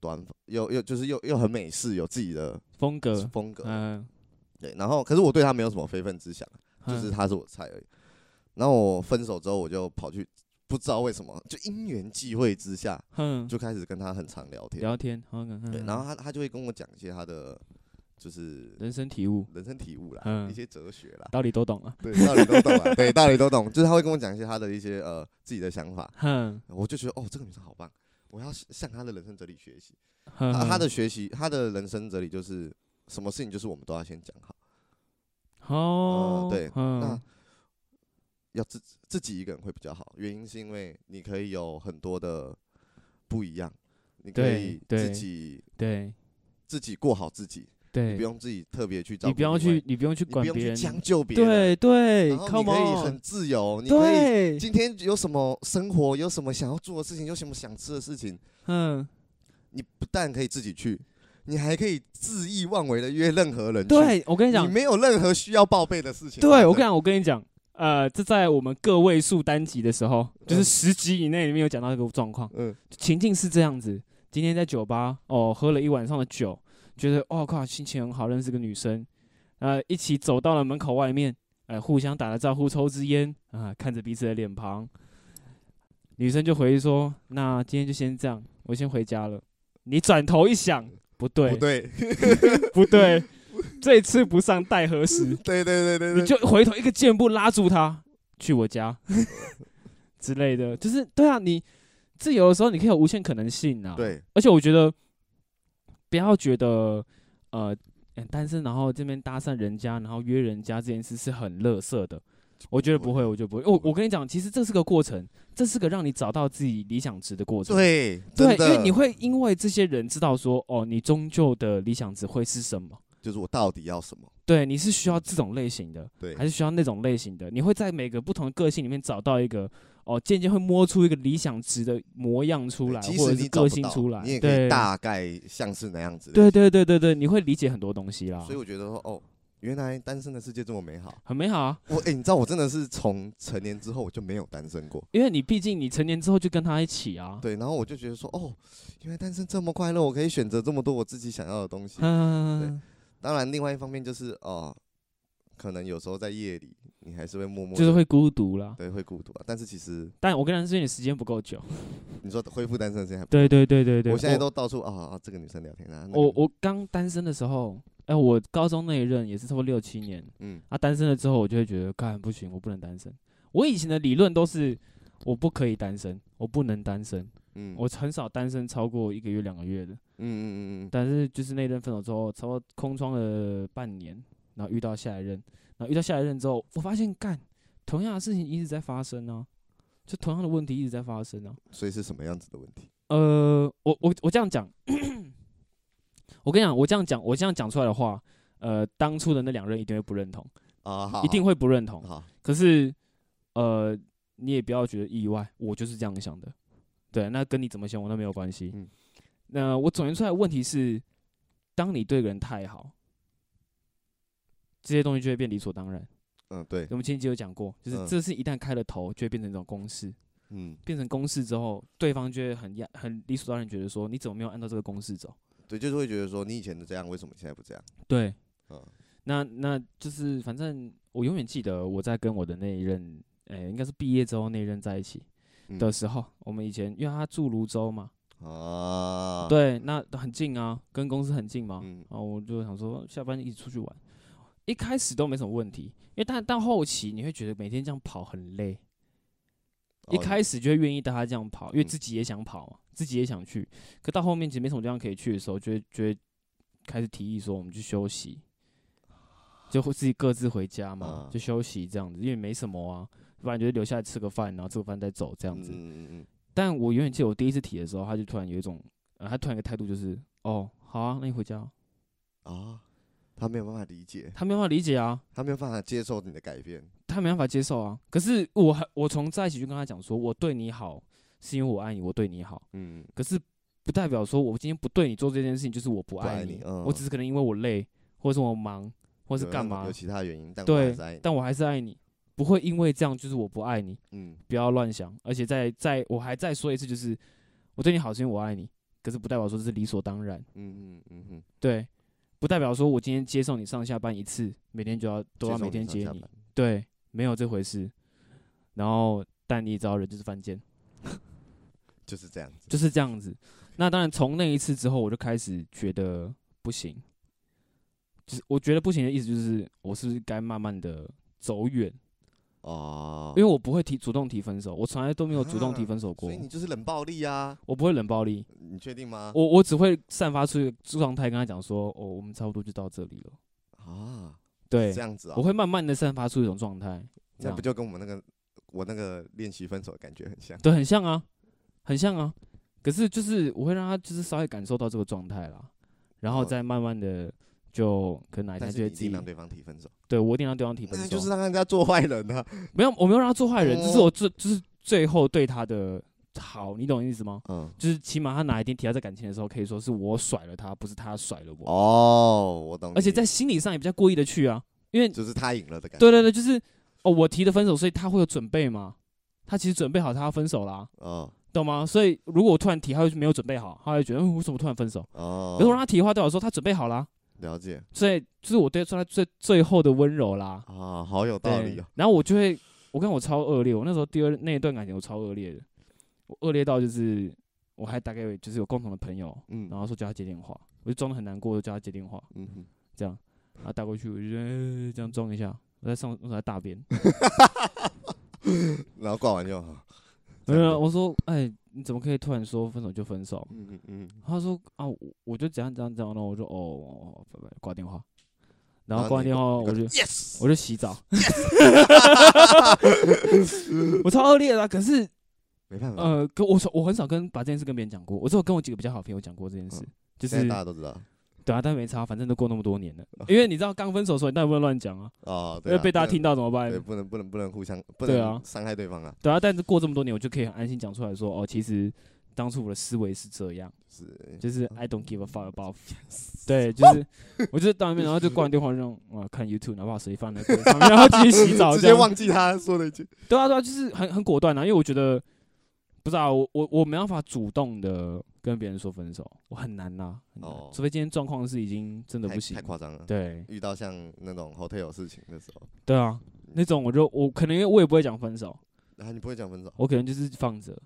Speaker 3: 短发，又又就是又又很美式，有自己的
Speaker 2: 风格，
Speaker 3: 风格。
Speaker 2: 嗯，
Speaker 3: 对，然后可是我对他没有什么非分之想，就
Speaker 2: 哼
Speaker 3: 是他是我的菜而已。然后我分手之后，我就跑去，不知道为什么，就因缘际会之下，
Speaker 2: 哼
Speaker 3: 就开始跟他很常聊天。
Speaker 2: 聊天，好，嗯
Speaker 3: 对，然后他他就会跟我讲一些他的就是
Speaker 2: 人生体悟，
Speaker 3: 人生体悟啦，
Speaker 2: 嗯
Speaker 3: 一些哲学啦，
Speaker 2: 道理都懂了。
Speaker 3: 对，道理都懂 啊，对，道理都懂，就是他会跟我讲一些他的一些呃自己的想法，
Speaker 2: 哼，
Speaker 3: 我就觉得哦，这个女生好棒，我要向她的人生哲理学习。
Speaker 2: 哼
Speaker 3: 她
Speaker 2: 哼
Speaker 3: 啊她的学习，她的人生哲理就是什么事情就是我们都要先讲好，
Speaker 2: 哦，
Speaker 3: 呃对那
Speaker 2: 嗯
Speaker 3: 要自自己一个人会比较好。原因是因为你可以有很多的不一样，你可
Speaker 2: 对
Speaker 3: 以
Speaker 2: 对
Speaker 3: 自己
Speaker 2: 对
Speaker 3: 自己过好自己，
Speaker 2: 对，
Speaker 3: 你不用自己特别去找，
Speaker 2: 你不要去，，你不用去
Speaker 3: 你不
Speaker 2: 管
Speaker 3: 用
Speaker 2: 别
Speaker 3: 去
Speaker 2: 人，
Speaker 3: 将就别人，
Speaker 2: 对对
Speaker 3: 然后你
Speaker 2: ，come
Speaker 3: 可以
Speaker 2: on，
Speaker 3: 很自由，你可以
Speaker 2: 对，
Speaker 3: 今天有什么生活，有什么想要做的事情，有什么想吃的事情，
Speaker 2: 嗯，
Speaker 3: 你不但可以自己去，你还可以恣意妄为的约任何人去。
Speaker 2: 对我跟你
Speaker 3: 你
Speaker 2: 讲，
Speaker 3: 没有任何需要报备的事情。
Speaker 2: 对我跟你
Speaker 3: 你
Speaker 2: 讲，我跟你讲，呃，这在我们个位数单集的时候，就是
Speaker 3: 嗯
Speaker 2: 十集以内里面有讲到这个状况，
Speaker 3: 嗯，
Speaker 2: 情境是这样子：今天在酒吧哦，喝了一晚上的酒，觉得哦靠，心情很好，认识个女生，呃，一起走到了门口外面，呃，互相打了招呼，抽支烟啊、看着彼此的脸庞，女生就回忆说：“那今天就先这样，我先回家了。”你转头一想，不对，
Speaker 3: 不对，
Speaker 2: 不对， 这次不上待何时？
Speaker 3: 对对对对
Speaker 2: 你
Speaker 3: 对，
Speaker 2: 就回头一个箭步拉住他，去我 家之类的，就是对啊，你自由的时候你可以有无限可能性啊。，
Speaker 3: 对
Speaker 2: 而且我觉得不要觉得呃呃单身，然后这边搭讪人家，然后约人家这件事是很乐色的。我觉得不会，我觉得不会。我我跟你讲，其实这是个过程，这是个让你找到自己理想值的过程。
Speaker 3: 对
Speaker 2: 对，因
Speaker 3: 真
Speaker 2: 为
Speaker 3: 的，
Speaker 2: 你会因为这些人知道说，哦，你终究的理想值会是什么。
Speaker 3: 就是我到底要什么？
Speaker 2: 对，你是需要这种类型的，
Speaker 3: 对
Speaker 2: 还是需要那种类型的？你会在每个不同的个性里面找到一个，哦，渐渐会摸出一个理想值的模样出来，
Speaker 3: 即
Speaker 2: 或者
Speaker 3: 使你
Speaker 2: 是
Speaker 3: 找
Speaker 2: 个
Speaker 3: 不
Speaker 2: 性
Speaker 3: 到
Speaker 2: 出来，
Speaker 3: 你也可以
Speaker 2: 对，
Speaker 3: 大概像是那样子。
Speaker 2: 对，对对对对，你会理解很多东西啦
Speaker 3: 所以，我觉得说，哦，原来单身的世界这么美好。
Speaker 2: 很美好啊，
Speaker 3: 我哎，你知道我真的是从成年之后我就没有单身过。
Speaker 2: 因为你毕竟你成年之后就跟他一起啊，
Speaker 3: 对，然后我就觉得说，哦，原来单身这么快乐，我可以选择这么多我自己想要的东西。
Speaker 2: 嗯，
Speaker 3: 当然，另外一方面就是，哦，可能有时候在夜里，你还是会默默
Speaker 2: 就是
Speaker 3: 地
Speaker 2: 会孤独啦。
Speaker 3: 对会孤独啊。但是其实
Speaker 2: 但我跟他之间的时间不够久，
Speaker 3: 你说恢复单身的时间还不
Speaker 2: 对对对对对，
Speaker 3: 我现在都到处啊啊，这个女生聊天啊，那个
Speaker 2: 我我刚单身的时候，哎，我高中那一任也是差不多六七年，
Speaker 3: 嗯，
Speaker 2: 啊，单身了之后，我就会觉得，干不行，我不能单身。我以前的理论都是，我不可以单身，我不能单身，
Speaker 3: 嗯
Speaker 2: 我很少单身超过一个月、两个月的。
Speaker 3: 嗯嗯嗯嗯
Speaker 2: 但是就是那任分手之后，差不多空窗了半年，然后遇到下一任，然后遇到下一任之后，我发现干同样的事情一直在发生啊，就同样的问题一直在发生啊。
Speaker 3: 嗯，所以是什么样子的问题？
Speaker 2: 呃，我我我这样讲， 我跟你讲，我这样讲，我这样讲出来的话，呃，当初的那两任一定会不认同，
Speaker 3: 啊，好，
Speaker 2: 一定会不认同
Speaker 3: 好。好，
Speaker 2: 可是，呃，你也不要觉得意外，我就是这样想的。对，那跟你怎么想我都没有关系。
Speaker 3: 嗯
Speaker 2: 那我总结出来的问题是，当你对一个人太好，这些东西就会变理所当然。
Speaker 3: 嗯，对，
Speaker 2: 我们前几集有讲过，就是
Speaker 3: 嗯
Speaker 2: 这是一旦开了头，就会变成一种公式。
Speaker 3: 嗯，
Speaker 2: 变成公式之后，对方就会很压很理所当然觉得说，你怎么没有按照这个公式走？
Speaker 3: 对，就是会觉得说你以前的这样，为什么现在不这样？
Speaker 2: 对，
Speaker 3: 嗯
Speaker 2: 那那就是反正我永远记得我在跟我的那一任，呃、应该是毕业之后那一任在一起。
Speaker 3: 嗯
Speaker 2: 的时候，我们以前因为他住泸州嘛，
Speaker 3: 啊，，
Speaker 2: 对，那很近啊，跟公司很近嘛，
Speaker 3: 嗯
Speaker 2: 然后我就想说下班一起出去玩，一开始都没什么问题，因为但到后期你会觉得每天这样跑很累，一开
Speaker 3: 始
Speaker 2: 始就会愿意带他这样跑，因为
Speaker 3: 哦嗯
Speaker 2: 自己也想跑嘛，自己也想去，可到后面其实没什么地方可以去的时候，就会就会开始提议说我们去休息，就会自己各自回家嘛，
Speaker 3: 啊
Speaker 2: 就休息这样子，因为没什么啊，不然就是留下来吃个饭，然后吃个饭再走这
Speaker 3: 这
Speaker 2: 样子。
Speaker 3: 嗯嗯嗯
Speaker 2: 但我永远记得我第一次提的时候，他就突然有一种，呃，他突然一个态度就是，哦，好啊，那你回家啊。
Speaker 3: 嗯啊，他没有办法理解，
Speaker 2: 他没办法理解啊，
Speaker 3: 他没有办法接受你的改变，
Speaker 2: 他没办法接受啊。可是我还我从在一起就跟他讲说，我对你好是因为我爱你，我对你好，
Speaker 3: 嗯，
Speaker 2: 可是不代表说我今天不对你做这件事情就是我不爱
Speaker 3: 不爱你嗯
Speaker 2: 我只是可能因为我累，或是我忙，或是
Speaker 3: 有
Speaker 2: 干
Speaker 3: 那
Speaker 2: 嘛
Speaker 3: 有，其他原因，但我
Speaker 2: 对
Speaker 3: 还是爱你
Speaker 2: 但我还是爱你，不会因为这样就是我不爱你。
Speaker 3: 嗯，
Speaker 2: 不要乱想，而且再再我还再说一次，就是我对你好是因为我爱你，可是不代表说这是理所当然。
Speaker 3: 嗯嗯嗯嗯，
Speaker 2: 对，不代表说我今天接送你上下班一次，每天就要都要
Speaker 3: 接受
Speaker 2: 每天
Speaker 3: 上
Speaker 2: 接
Speaker 3: 下
Speaker 2: 你
Speaker 3: 班，，
Speaker 2: 对，没有这回事。然后，但你也知道，人就是犯贱，
Speaker 3: 就是这样子，
Speaker 2: 就是这样子。那当然，从那一次之后，我就开始觉得不行，就是我觉得不行的意思就是，我是不是该慢慢的走远？
Speaker 3: 哦啊
Speaker 2: 因为我不会提主动提分手，我从来都没有主动提分手过
Speaker 3: 所以，你啊就是冷暴力啊？
Speaker 2: 我不会冷暴力，
Speaker 3: 你确定吗？
Speaker 2: 我我只会散发出一个状态，跟他讲说，哦，我们差不多就到这里了。
Speaker 3: 啊，
Speaker 2: 对
Speaker 3: 这，样子啊
Speaker 2: 我，会慢慢的散发出一种状态，这
Speaker 3: 那
Speaker 2: 样
Speaker 3: 不就跟我们那个我那个练习分手的感觉很像？
Speaker 2: 对，很像啊，很像啊。可是就是我会让他就是稍微感受到这个状态啦，然后
Speaker 3: 哦
Speaker 2: 再慢慢的就可能哪一
Speaker 3: 但
Speaker 2: 天就
Speaker 3: 是你
Speaker 2: 会
Speaker 3: 一
Speaker 2: 自己
Speaker 3: 定让对方提分手，
Speaker 2: 对我一定让对方提分
Speaker 3: 那
Speaker 2: 手，
Speaker 3: 就是让人家做坏人啊。
Speaker 2: 没有我没有让他做坏人，只是
Speaker 3: 哦
Speaker 2: 我最就是最后对他的好，你懂我意思吗？
Speaker 3: 嗯，
Speaker 2: 就是起码他哪一天提到这感情的时候，可以说是我甩了他，不是他甩了我，
Speaker 3: 哦，我懂你。
Speaker 2: 而且在心理上也比较过意的去啊，因为
Speaker 3: 就是他赢了的感觉。
Speaker 2: 对对对，就是哦我提的分手，所以他会有准备嘛，他其实准备好他要分手啦、
Speaker 3: 哦
Speaker 2: 懂吗？所以如果我突然提，他会没有准备好，他会觉得嗯，为什么突然分手？
Speaker 3: 哦，
Speaker 2: 如果让他提的话，对我说他准备好啦，
Speaker 3: 了解
Speaker 2: 所以就是我对他最最后的温柔啦。
Speaker 3: 啊，好有道
Speaker 2: 对
Speaker 3: 理哦。，
Speaker 2: 然后我就会，我跟我超恶劣，我那时候第二那一段感情我超恶劣的，我恶劣到就是我还打给就是有共同的朋友，
Speaker 3: 嗯
Speaker 2: 然后说叫他接电话，我就装的很难过，就叫他接电话，
Speaker 3: 嗯哼，
Speaker 2: 这样，然后打过去，我就觉得、呃这样装一下，我在上我在大 便，
Speaker 3: 然后挂完就好。
Speaker 2: 没有，我说哎，你怎么可以突然说分手就分手？
Speaker 3: 嗯嗯嗯，
Speaker 2: 他说啊，我我就怎样怎样怎样，然后我就哦哦，哦拜拜，挂电话。然后
Speaker 3: 然后
Speaker 2: 挂完
Speaker 3: 你
Speaker 2: 电话，
Speaker 3: 你
Speaker 2: 我
Speaker 3: 挂
Speaker 2: 就
Speaker 3: yes，
Speaker 2: 我就洗澡。我超恶劣的啊、可是
Speaker 3: 没办法，
Speaker 2: 呃，跟我说我很少跟把这件事跟别人讲过，我只有跟我几个比较好的朋友讲过这件事
Speaker 3: 嗯，
Speaker 2: 就
Speaker 3: 现在
Speaker 2: 是
Speaker 3: 大家都知道
Speaker 2: 对啊，但没差，反正都过那么多年了。因为你知道刚分手的时候，你当然不能乱讲啊，
Speaker 3: 哦，
Speaker 2: 因
Speaker 3: 对
Speaker 2: 为
Speaker 3: 啊，
Speaker 2: 被大家
Speaker 3: 不能
Speaker 2: 听到怎么办
Speaker 3: 对，？不能不能不能互相不
Speaker 2: 对啊
Speaker 3: 能伤害对方啊，
Speaker 2: 对啊，但是过这么多年，我就可以很安心讲出来说，哦，其实当初我的思维是这样。
Speaker 3: 是
Speaker 2: 就是 I don't give a fuck about，对，
Speaker 3: 哦
Speaker 2: 就是我就是当面，然后就挂完电话，让啊看 YouTube，然后把手机放在柜子上面，然后继续洗澡，
Speaker 3: 直
Speaker 2: 啊这
Speaker 3: 接
Speaker 2: 样
Speaker 3: 忘记他说了一句，
Speaker 2: 对啊对啊，就是很很果断啊，因为我觉得不知道、我我我没办法主动的跟别人说分手，我很难呐、很难
Speaker 3: 哦
Speaker 2: 除非今天状况是已经真的
Speaker 3: 太
Speaker 2: 不行
Speaker 3: 太，夸张了。
Speaker 2: 对
Speaker 3: 遇到像那种 hotel 事情的时候，
Speaker 2: 对啊，那种我就我可能因为我也不会讲分手，
Speaker 3: 然后你不会讲分手，
Speaker 2: 我可能就是放着，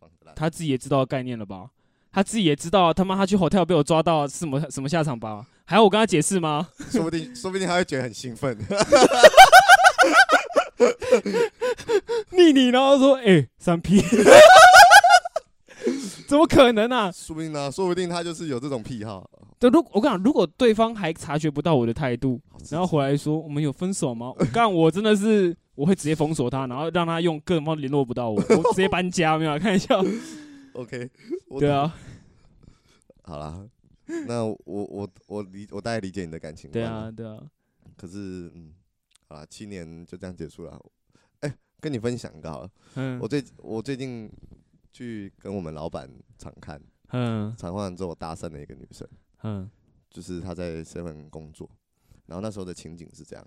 Speaker 3: 放着啦。
Speaker 2: 他自己也知道概念了吧。他自己也知道，他妈他去 hotel 被我抓到是什么什么下场吧？还要我跟他解释 吗？
Speaker 3: 说不定说不定他会觉得很兴奋，
Speaker 2: 腻你，然后说：“哎、三 P，怎么可能啊？
Speaker 3: 说不定呢，说不定他就是有这种癖好。哦
Speaker 2: 对，如我跟你讲，如果对方还察觉不到我的态度，
Speaker 3: 好刺激
Speaker 2: 然后回来说我们有分手吗？我干，我真的是我会直接封锁他，然后让他用各种方式联络不到我，我直接搬家，没有开玩笑。
Speaker 3: OK，我
Speaker 2: 对啊，
Speaker 3: 好啦，那我我我理我大概理解你的感情
Speaker 2: 对
Speaker 3: 观了
Speaker 2: 啊，，对啊，
Speaker 3: 可是嗯，好啦，七年就这样结束了。哎、跟你分享一个好了，
Speaker 2: 嗯
Speaker 3: 我最我最近去跟我们老板常看，
Speaker 2: 嗯
Speaker 3: 常看之后我搭讪了一个女生，
Speaker 2: 嗯
Speaker 3: 就是她在 seven 工作，然后那时候的情景是这样，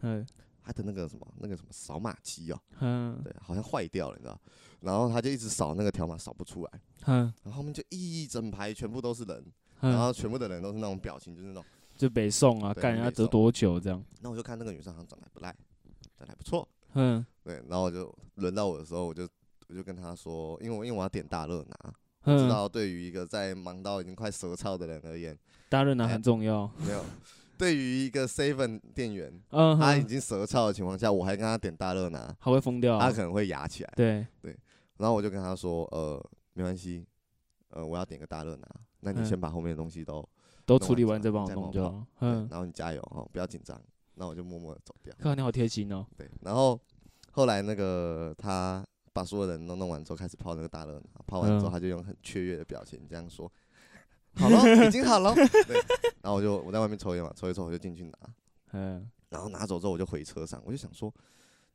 Speaker 2: 嗯
Speaker 3: 她的那个什么那个什么扫码机哦，
Speaker 2: 嗯
Speaker 3: 对，好像坏掉了，你知道，然后她就一直扫那个条码扫不出来，
Speaker 2: 嗯
Speaker 3: 然后后面就一整排全部都是人，然
Speaker 2: 嗯，
Speaker 3: 后全部的人都是那种表情，就是那种。
Speaker 2: 就北宋啊，
Speaker 3: 对
Speaker 2: 干人家
Speaker 3: 北宋
Speaker 2: 得多久这样？
Speaker 3: 那我就看那个女生好像长得还不赖，长得还不错，
Speaker 2: 嗯
Speaker 3: 对，然后我就轮到我的时候，我就我就跟她说，因为我因为我要点大热拿，知
Speaker 2: 嗯，
Speaker 3: 道对于一个在忙到已经快舌燥的人而言，
Speaker 2: 大润南
Speaker 3: 哎
Speaker 2: 很重要。
Speaker 3: 没有，对于一个 seven 店员，
Speaker 2: 嗯，
Speaker 3: 他已
Speaker 2: 哼
Speaker 3: 经舌燥的情况下，我还跟他点大热拿，
Speaker 2: 还会疯掉啊
Speaker 3: 他。可能会哑起来，
Speaker 2: 对，
Speaker 3: 然后我就跟他说，呃，没关系，呃，我要点个大热拿，那你
Speaker 2: 嗯
Speaker 3: 先把后面的东西都，
Speaker 2: 都
Speaker 3: 弄
Speaker 2: 处
Speaker 3: 完
Speaker 2: 理
Speaker 3: 之
Speaker 2: 完再
Speaker 3: 后
Speaker 2: 帮我
Speaker 3: 再
Speaker 2: 弄
Speaker 3: 帮
Speaker 2: 就
Speaker 3: 我
Speaker 2: 好。
Speaker 3: 对
Speaker 2: 嗯，
Speaker 3: 然后你加油哦，不要紧张，那我就默默的走掉。
Speaker 2: 看你好贴心哦。
Speaker 3: 对，然后后来那个他把所有人都弄完之后，开始泡那个大热拿，泡完之后
Speaker 2: 嗯
Speaker 3: 他就用很雀跃的表情这样说：“好了，已经好了。”对，然后我就我在外面抽烟嘛，抽一抽我就进去拿，
Speaker 2: 嗯
Speaker 3: 然后拿走之后我就回车上，我就想说，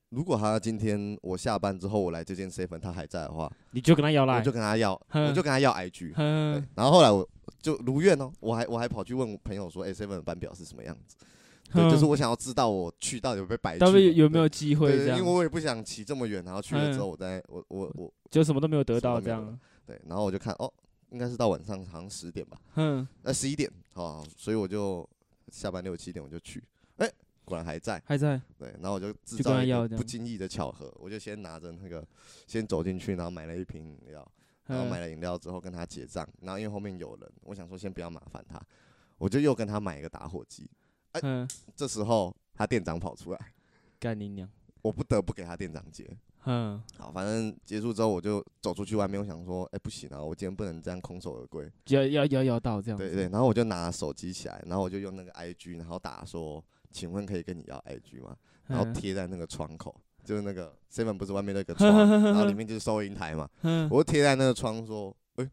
Speaker 3: 如果他今天我下班之后我来这间 seven 他还在的话，，
Speaker 2: 你就跟他要
Speaker 3: 我
Speaker 2: 赖
Speaker 3: 就，跟他要，我
Speaker 2: 嗯
Speaker 3: 就跟他要 IG。对
Speaker 2: 嗯，
Speaker 3: 然后后来我就如愿哦，我还我还跑去问我朋友说，哎、s e v e n 班表是什么样子？对，就是我想要知道我去到底有没有白去
Speaker 2: 到
Speaker 3: 嘛，
Speaker 2: 底有没
Speaker 3: 对
Speaker 2: 有机会
Speaker 3: 对，
Speaker 2: 这样
Speaker 3: 因为，我也不想骑这么远，然后去了
Speaker 2: 嗯
Speaker 3: 之后我再我我我
Speaker 2: 就什么都没有得到
Speaker 3: 什么都
Speaker 2: 这
Speaker 3: 没有
Speaker 2: 样，
Speaker 3: 对，然后我就看哦，应该是到晚上好像十点吧，
Speaker 2: 哼，
Speaker 3: 呃十一点哦，所以我就下班六七点我就去，哎，果然还在，
Speaker 2: 还在，
Speaker 3: 对，然后我就制
Speaker 2: 就跟
Speaker 3: 造
Speaker 2: 他
Speaker 3: 一
Speaker 2: 要
Speaker 3: 个
Speaker 2: 这
Speaker 3: 不
Speaker 2: 样
Speaker 3: 经意的巧合，我就先拿着那个先走进去，然后买了一瓶饮料，然后买
Speaker 2: 嗯，
Speaker 3: 了饮料之后跟他结账，然后因为后面有人，我想说先不要麻烦他，我就又跟他买一个打火机，哎
Speaker 2: 嗯，
Speaker 3: 这时候他店长跑出来，
Speaker 2: 干你娘，
Speaker 3: 我不得不给他店长接。
Speaker 2: 嗯，
Speaker 3: 好，反正结束之后我就走出去外面，我想说，哎、不行啊，我今天不能这样空手而归。
Speaker 2: 要要要要到这样
Speaker 3: 对
Speaker 2: 子，
Speaker 3: 对，然后我就拿手机起来，然后我就用那个 IG，然后打说，请问可以跟你要 IG 吗？然后
Speaker 2: 嗯
Speaker 3: 贴在那个窗口，就是那个 seven 不是外面那个窗，然后里面就是收银台嘛，
Speaker 2: 嗯
Speaker 3: 我就贴在那个窗说，哎、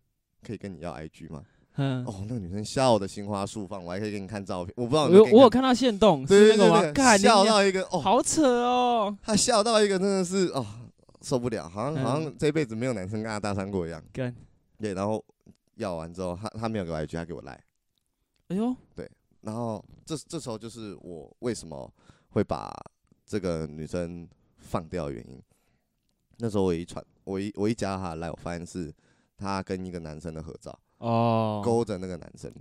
Speaker 3: 可以跟你要 IG 吗？
Speaker 2: 嗯，
Speaker 3: 哦，那个女生笑的心花怒放，我还可以给你看照片，我不知道
Speaker 2: 我
Speaker 3: 你
Speaker 2: 有我有看到线动，
Speaker 3: 对
Speaker 2: 是那
Speaker 3: 对
Speaker 2: 个
Speaker 3: 对
Speaker 2: 吗？
Speaker 3: 对，
Speaker 2: 干你
Speaker 3: 笑
Speaker 2: 娘，
Speaker 3: 到一个哦，
Speaker 2: 好扯哦，
Speaker 3: 她笑到一个真的是哦受不了，好像好
Speaker 2: 嗯
Speaker 3: 像这辈子没有男生跟她搭讪过一样。
Speaker 2: 干，
Speaker 3: 对，然后要完之后，她她没有给我 IG，她给我来。
Speaker 2: 哎呦，
Speaker 3: 然后这这时候就是我为什么会把这个女生放掉的原因。那时候我一传，我一我一加她来，我发现是她跟一个男生的合照，
Speaker 2: 哦，
Speaker 3: 勾着那个男生。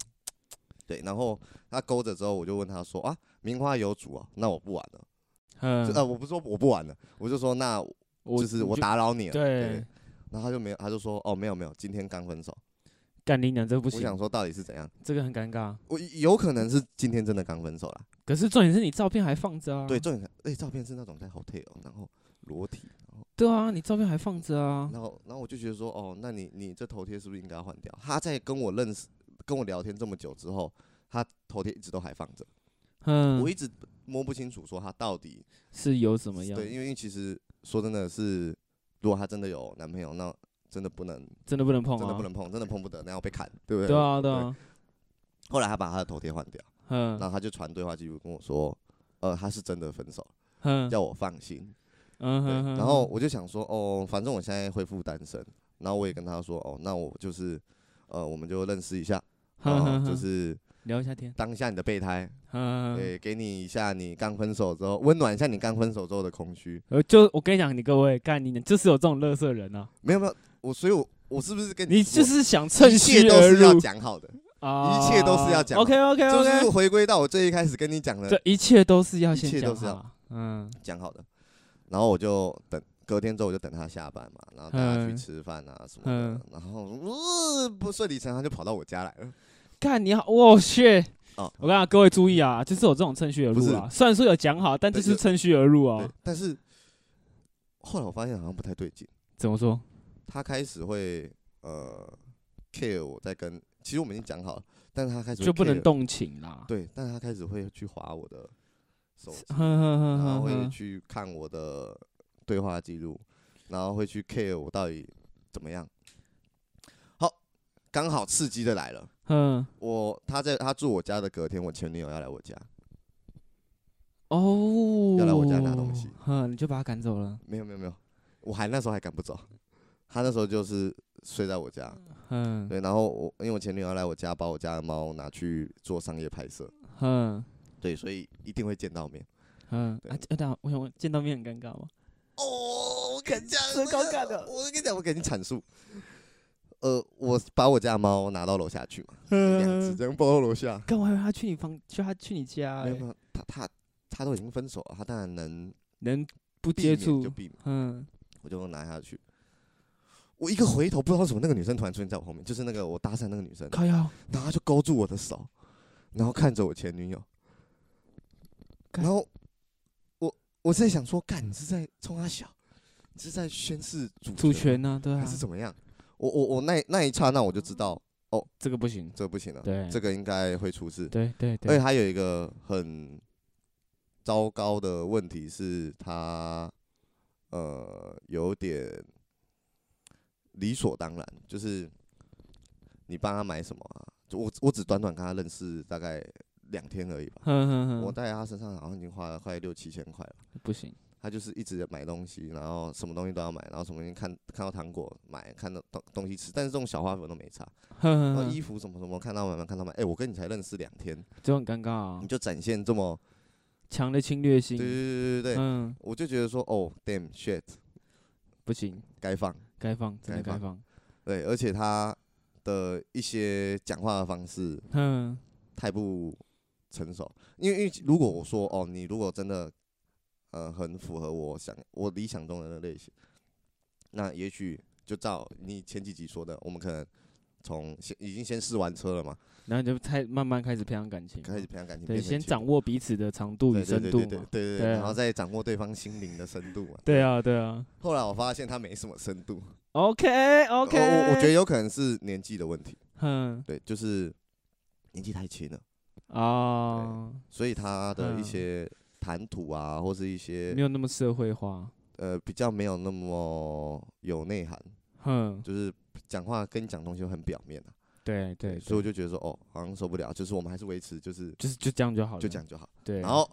Speaker 3: 对，然后她勾着之后，我就问她说啊，名花有主啊，那我不玩了。
Speaker 2: 嗯
Speaker 3: 就，呃，我不是说我不玩了，我就说那
Speaker 2: 我
Speaker 3: 就是我
Speaker 2: 就
Speaker 3: 打扰你了。
Speaker 2: 对，
Speaker 3: 然后她就没有，她就说哦没有没有，今天刚分手。
Speaker 2: 干你娘，这不
Speaker 3: 我想
Speaker 2: 行，
Speaker 3: 说到底是怎样？
Speaker 2: 这个很尴尬。
Speaker 3: 我有可能是今天真的刚分手了。
Speaker 2: 可是重点是你照片还放着啊，
Speaker 3: 对，重点是，哎、照片是那种在 hotel，然后裸体，然后，
Speaker 2: 对啊，你照片还放着啊，
Speaker 3: 然后，然后我就觉得说，哦，那你你这头贴是不是应该要换掉？他在跟我认识、跟我聊天这么久之后，他头贴一直都还放着，
Speaker 2: 嗯
Speaker 3: 我一，直摸不清楚说他到底
Speaker 2: 是有怎么样？
Speaker 3: 对，因为其实说真的是，如果他真的有男朋友，那真的不能，
Speaker 2: 真的不能碰啊，
Speaker 3: 真的不能碰，真的碰不得，那要被砍，对不对？
Speaker 2: 对啊，对
Speaker 3: 对
Speaker 2: 啊，
Speaker 3: 后来他把他的头贴换掉，
Speaker 2: 嗯
Speaker 3: 然后他就传对话记录跟我说，呃，他是真的分手，
Speaker 2: 嗯
Speaker 3: 要我放心。
Speaker 2: 嗯
Speaker 3: 对
Speaker 2: 哼，
Speaker 3: 然后我就想说，哦，反正我现在恢复单身，然后我也跟他说，哦，那我就是，呃，我们就认识一下，
Speaker 2: 哼
Speaker 3: 啊、
Speaker 2: 哼
Speaker 3: 就
Speaker 2: 哼
Speaker 3: 是
Speaker 2: 嗯聊一下天，
Speaker 3: 当下你的备胎，
Speaker 2: 嗯，
Speaker 3: 对，给你一下你刚分手之后，温暖一下你刚分手之后的空虚。
Speaker 2: 呃，就我跟你讲，你各位干你娘，就是有这种乐色人啊，
Speaker 3: 没有没有，我所以我，我是不是跟
Speaker 2: 你
Speaker 3: 说
Speaker 2: 就是想趁
Speaker 3: 一切
Speaker 2: 虚
Speaker 3: 都
Speaker 2: 而
Speaker 3: 是要
Speaker 2: 入
Speaker 3: 讲好的，
Speaker 2: 啊，
Speaker 3: 一切都是要讲
Speaker 2: OK OK
Speaker 3: 就是
Speaker 2: OK，
Speaker 3: 回归到我最一开始跟你讲
Speaker 2: 这
Speaker 3: 的，
Speaker 2: 一切都是要
Speaker 3: 一
Speaker 2: 先
Speaker 3: 切
Speaker 2: 讲
Speaker 3: 都是要
Speaker 2: 好，嗯
Speaker 3: 讲好的，然后我就等。隔天之后我就等他下班嘛，然后带他去
Speaker 2: 嗯
Speaker 3: 吃饭啊什么的
Speaker 2: 嗯，
Speaker 3: 然后呃不顺理成章他就跑到我家来了。
Speaker 2: 干你好，我去！
Speaker 3: 哦
Speaker 2: 我跟你讲，各位注意啊，就是有这种趁虚而入啊。虽然说有讲好，但就
Speaker 3: 对
Speaker 2: 是
Speaker 3: 就
Speaker 2: 趁虚而入
Speaker 3: 对
Speaker 2: 啊。，
Speaker 3: 但是后来我发现好像不太对劲，
Speaker 2: 怎么说？
Speaker 3: 他开始会呃 care 我在跟，其实我们已经讲好了，但是他开始会
Speaker 2: 就不能
Speaker 3: care，
Speaker 2: 动情啦。
Speaker 3: 对，但是他开始会去划我的手机，
Speaker 2: 哼哼哼
Speaker 3: 然
Speaker 2: 哼
Speaker 3: 后会
Speaker 2: 哼，
Speaker 3: 去看我的对话记录，然后会去 care 我到底怎么样。好，刚好刺激的来了，
Speaker 2: 嗯，
Speaker 3: 我他在他住我家的隔天，我前女友要来我家，
Speaker 2: 哦，
Speaker 3: 要来我家拿东西
Speaker 2: 哼，你就把他赶走了。
Speaker 3: 没有没有没有，我还那时候还赶不走，他那时候就是睡在我家，
Speaker 2: 嗯
Speaker 3: 对，然后我因为我前女友要来我家，把我家的猫拿去做商业拍摄，
Speaker 2: 哼
Speaker 3: 对，所以一定会见到面。
Speaker 2: 哼，
Speaker 3: 对
Speaker 2: 啊，这等一下我想问，见到面很尴尬吗？
Speaker 3: 哦，我敢讲，
Speaker 2: 最高干的
Speaker 3: 我跟你讲，我给你阐述。呃，我把我家的猫拿到楼下去嘛，两 只
Speaker 2: 嗯，
Speaker 3: 这样抱到楼下。
Speaker 2: 干我还以为他去你房，就他去你家
Speaker 3: 没有
Speaker 2: 欸
Speaker 3: 没，有，他他他都已经分手了，他当然能
Speaker 2: 能不
Speaker 3: 避
Speaker 2: 接
Speaker 3: 免就
Speaker 2: 触？
Speaker 3: 避免，
Speaker 2: 嗯，
Speaker 3: 我就拿下去。我一个回头，不知道为什么那个女生突然出现在我后面，就是那个我搭讪那个女生，
Speaker 2: 靠腰，
Speaker 3: 然后他就勾住我的手，然后看着我前女友，
Speaker 2: 干
Speaker 3: 然后我我在想说，干你是在冲他小，你是在宣誓主
Speaker 2: 主
Speaker 3: 权
Speaker 2: 权呢？对
Speaker 3: 吗
Speaker 2: 啊
Speaker 3: 嗯还，是怎么样？我我我那那一刹那我就知道
Speaker 2: 这个不行。
Speaker 3: 这不行了，
Speaker 2: 对
Speaker 3: 嗯这个应哎该会出事。
Speaker 2: 对对
Speaker 3: 而且
Speaker 2: 对，
Speaker 3: 他有一个很糟糕的问题是他呃有点理所当然，就是你帮他买什么啊？就我我只短短跟他认识大概两天而已吧，
Speaker 2: 哼哼
Speaker 3: 我
Speaker 2: 哼，
Speaker 3: 在他身上好像已经花了快六七千块了。
Speaker 2: 不行。
Speaker 3: 他就是一直买东西，然后什么东西都要买，然后什么东西看看到糖果买，看到东东西吃，但是这种小花粉都没差。
Speaker 2: 哼哼
Speaker 3: 然后
Speaker 2: 哼
Speaker 3: 衣服什么什么看到买买看到买，哎、我跟你才认识两天，
Speaker 2: 就很尴尬啊
Speaker 3: 你，就展现这么
Speaker 2: 强的侵略性
Speaker 3: 嗯对，对对对对，
Speaker 2: 嗯，
Speaker 3: 我就觉得说，哦，damn shit，
Speaker 2: 不行，
Speaker 3: 该放。
Speaker 2: 该放真的
Speaker 3: 该
Speaker 2: 该
Speaker 3: 放
Speaker 2: 放，
Speaker 3: 对，而且他的一些讲话的方式
Speaker 2: 嗯，
Speaker 3: 太不成熟，因为因为如果我说，哦，你如果真的，呃，很符合我想我理想中的那类型，那也许就照你前几集说的，我们可能从先已经先试完车了嘛，
Speaker 2: 然后你就开慢慢开始培养感情嘛，
Speaker 3: 开始培养感情，
Speaker 2: 对，
Speaker 3: 变成
Speaker 2: 先
Speaker 3: 情
Speaker 2: 掌握彼此的长度与
Speaker 3: 对对
Speaker 2: 深
Speaker 3: 对
Speaker 2: 度
Speaker 3: 对对
Speaker 2: 嘛。
Speaker 3: 对
Speaker 2: 对
Speaker 3: 对，
Speaker 2: 啊
Speaker 3: 然后再掌握对方心灵的深度嘛。
Speaker 2: 对啊，对啊。
Speaker 3: 后来我发现他没什么深度
Speaker 2: OK
Speaker 3: 我
Speaker 2: OK，
Speaker 3: 哦我我觉得，有可能是年纪的问题，
Speaker 2: 嗯
Speaker 3: 对，就是年纪太轻了，
Speaker 2: 啊，
Speaker 3: 所以他的一
Speaker 2: 嗯
Speaker 3: 些谈吐啊，或是一些
Speaker 2: 没有那么社会化，
Speaker 3: 呃比较没有那么有内涵，
Speaker 2: 哼，
Speaker 3: 就是讲话跟你讲东西都很表面啊。
Speaker 2: 对对，
Speaker 3: 所以我
Speaker 2: 对
Speaker 3: 就觉得说，哦，好像受不了，就是我们还是维持，就是
Speaker 2: 就是就这样就好了，
Speaker 3: 就讲就好。
Speaker 2: 对，嗯
Speaker 3: 然后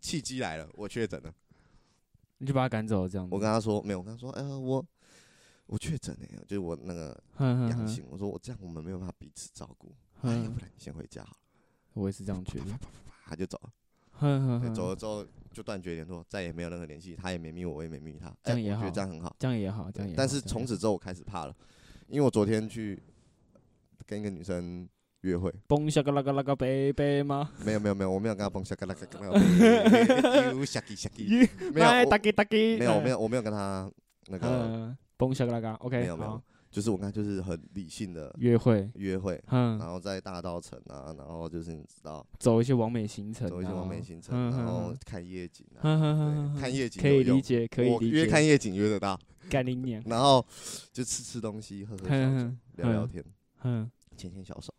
Speaker 3: 契机来了，我确诊了，
Speaker 2: 你就把他赶走，这样子，
Speaker 3: 我跟他说没有，我跟他说，哎、呀，我我确诊了，就是我那个
Speaker 2: 哼嗯哼嗯
Speaker 3: 阳
Speaker 2: 哼
Speaker 3: 性，我说我这样我们没有办法彼此照顾，哎，要
Speaker 2: 哼，
Speaker 3: 不然你先回家好了，
Speaker 2: 我也是这样觉得，
Speaker 3: 他就走了，
Speaker 2: 哼哼
Speaker 3: 对
Speaker 2: 嗯哼，
Speaker 3: 走了之后就断绝联络，再也没有任何联系，他也没密我，我也没密他，
Speaker 2: 这
Speaker 3: 哎，
Speaker 2: 样也
Speaker 3: 我觉
Speaker 2: 好
Speaker 3: 得这样很好，
Speaker 2: 这样也好，这样
Speaker 3: 对
Speaker 2: 也好，
Speaker 3: 但是
Speaker 2: 这样
Speaker 3: 从
Speaker 2: 也好
Speaker 3: 此之后我开始怕了，因为我昨天去跟一个女生约会，
Speaker 2: 蹦下个那个那个 baby 吗？
Speaker 3: 没有没有没有，我没有跟她蹦下嘎啦嘎嘎啦，有下鸡下鸡， 没有
Speaker 2: 哎
Speaker 3: 我
Speaker 2: 哒叽哒叽，
Speaker 3: 没有我没
Speaker 2: 有，
Speaker 3: 有我没有跟她那个，
Speaker 2: 嗯，蹦下个那个
Speaker 3: 没
Speaker 2: ，OK，
Speaker 3: 有没有
Speaker 2: 好，
Speaker 3: 就是我跟她就是很理性的
Speaker 2: 约会，
Speaker 3: 约会，
Speaker 2: 嗯
Speaker 3: 然，后在大道城啊，然后就是你知道。
Speaker 2: 走一些完美行程啊，
Speaker 3: 走一些完美行程，
Speaker 2: 嗯
Speaker 3: 然后
Speaker 2: 嗯
Speaker 3: 看夜景啊，
Speaker 2: 哼哼哼
Speaker 3: 对
Speaker 2: 哼
Speaker 3: 看
Speaker 2: 哼，
Speaker 3: 夜景
Speaker 2: 可
Speaker 3: 有
Speaker 2: 以
Speaker 3: 用
Speaker 2: 理解，可以
Speaker 3: 我
Speaker 2: 理
Speaker 3: 约
Speaker 2: 解，
Speaker 3: 看夜景约得到，
Speaker 2: 干你 娘，
Speaker 3: 然后就吃吃东西，喝喝小酒，
Speaker 2: 哼
Speaker 3: 聊聊
Speaker 2: 嗯
Speaker 3: 天，
Speaker 2: 哼，
Speaker 3: 牵牵小手。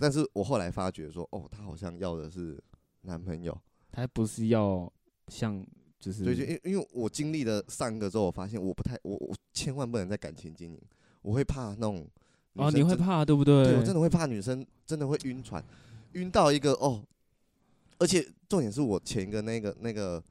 Speaker 3: 但是我后来发觉说，哦，她好像要的是男朋友，
Speaker 2: 他不是要像就是
Speaker 3: 对，就因因为我经历了上个之后，我发现我不太，我我千万不能在感情经营，我会怕那种女
Speaker 2: 哦，
Speaker 3: 生
Speaker 2: 你会
Speaker 3: 真，
Speaker 2: 怕对不对？
Speaker 3: 对我真的会怕女生真的会晕船，晕到一个哦，而且重点是我前一个那个那个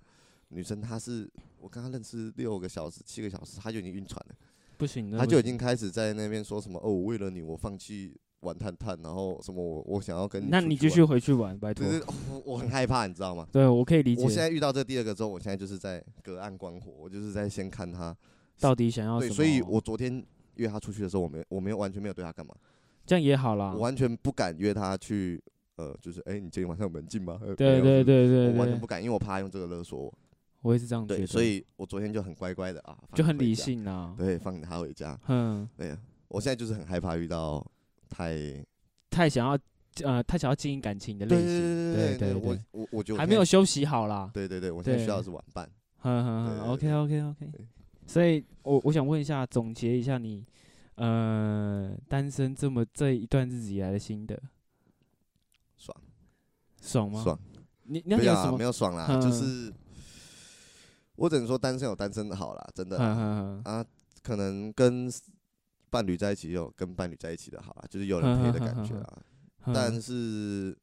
Speaker 3: 女生，她是我跟她认识六个小时、七个小时，她就已经晕船了。
Speaker 2: 不行，那
Speaker 3: 他
Speaker 2: 不
Speaker 3: 就已
Speaker 2: 行
Speaker 3: 经开始在那边说什么哦，我为了你，我放弃玩探探，然后什么我我想要跟你
Speaker 2: 那
Speaker 3: 出
Speaker 2: 你
Speaker 3: 去
Speaker 2: 继
Speaker 3: 玩
Speaker 2: 续，回去玩，拜托
Speaker 3: 就。是、 哦我我很害怕，你知道吗？
Speaker 2: 对，我可以理解。
Speaker 3: 我现在遇到这第二个之后，我现在就是在隔岸观火，我就是在先看他。
Speaker 2: 到底想啊要什
Speaker 3: 对，
Speaker 2: 么？
Speaker 3: 所以我昨天约他出去的时候，我没我没有完全没有对他干嘛，
Speaker 2: 这样也好啦
Speaker 3: 我。完全不敢约他去，呃，就是哎、你今天晚上有门禁吗？呃没
Speaker 2: 对
Speaker 3: 有
Speaker 2: 对
Speaker 3: 是不
Speaker 2: 对
Speaker 3: 是
Speaker 2: 对
Speaker 3: 我完全
Speaker 2: 对
Speaker 3: 不，敢，因为我怕他用这个勒索我。
Speaker 2: 我也是这样觉
Speaker 3: 对，
Speaker 2: 得。
Speaker 3: 所以我昨天就很乖乖的啊，放
Speaker 2: 就
Speaker 3: 你
Speaker 2: 很
Speaker 3: 回
Speaker 2: 理
Speaker 3: 家，
Speaker 2: 性啊。
Speaker 3: 对，放他回家。
Speaker 2: 嗯，
Speaker 3: 对，啊我现在就是很害怕遇到太
Speaker 2: 太想要呃，太想要经营感情的类
Speaker 3: 对
Speaker 2: 型。
Speaker 3: 对
Speaker 2: 对
Speaker 3: 我我我觉得
Speaker 2: 还没有，休息好啦。
Speaker 3: 对对对，我现在需
Speaker 2: 对
Speaker 3: 要的是玩伴。
Speaker 2: 嗯嗯嗯
Speaker 3: 对对
Speaker 2: ，OK OK OK
Speaker 3: 对。
Speaker 2: 所以我我想问一下，总结一下你呃单身这么这一段日子以来的心得，
Speaker 3: 爽
Speaker 2: 爽吗？
Speaker 3: 爽，
Speaker 2: 你你
Speaker 3: 没
Speaker 2: 有
Speaker 3: 有
Speaker 2: 什
Speaker 3: 啊
Speaker 2: 么
Speaker 3: 没？有爽啦，
Speaker 2: 嗯
Speaker 3: 就是我只能说单身有单身的好啦，真的
Speaker 2: 嗯
Speaker 3: 啦
Speaker 2: 嗯嗯
Speaker 3: 啊，可能跟伴侣在一起也有跟伴侣在一起的好啦，就是有人陪的感觉啦。
Speaker 2: 嗯，
Speaker 3: 但是，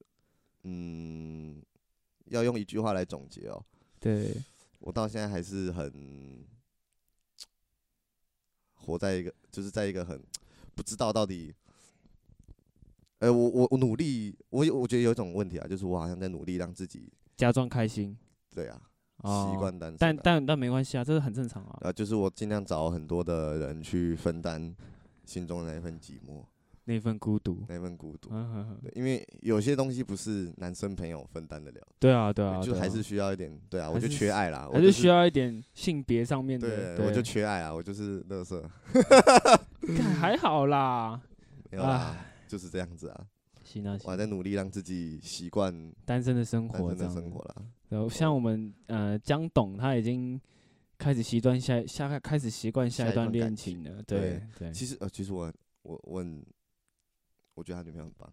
Speaker 3: 嗯，要用一句话来总结哦，
Speaker 2: 对。
Speaker 3: 我到现在还是很活在一个，就是在一个很不知道到底，呃，我我我努力，我有我觉得有一种问题啊，就是我好像在努力让自己，
Speaker 2: 假装开心
Speaker 3: 对啊，
Speaker 2: 哦
Speaker 3: 习惯单身啊、
Speaker 2: 但但但没关系啊，这是很正常啊。
Speaker 3: 啊，就是我尽量找很多的人去分担心中的那一份寂寞，
Speaker 2: 那份孤独，
Speaker 3: 那一份孤独。
Speaker 2: 嗯哼哼，
Speaker 3: 对，因为有些东西不是男生朋友分担得了，
Speaker 2: 对啊对啊，
Speaker 3: 就
Speaker 2: 对啊
Speaker 3: 还是需要一点，对啊，我
Speaker 2: 还
Speaker 3: 就是缺爱啦，我
Speaker 2: 还
Speaker 3: 就是
Speaker 2: 需要一点性别上面的，
Speaker 3: 对，
Speaker 2: 对
Speaker 3: 我就缺爱啊，我就是乐色，
Speaker 2: 看还好啦。
Speaker 3: 没有啦，就是这样子啊。
Speaker 2: 行啊，行
Speaker 3: 我还在努力让自己习惯
Speaker 2: 单身的生
Speaker 3: 单
Speaker 2: 活
Speaker 3: 身
Speaker 2: 这
Speaker 3: 的
Speaker 2: 样
Speaker 3: 生
Speaker 2: 子。
Speaker 3: 活啦。
Speaker 2: 然后像我们呃江董他已经开始习惯下下开始习惯下
Speaker 3: 下
Speaker 2: 一
Speaker 3: 一段
Speaker 2: 段恋
Speaker 3: 感
Speaker 2: 情了，对
Speaker 3: 对
Speaker 2: 对，
Speaker 3: 其实呃，其实我我我很，我觉得他女朋友很棒。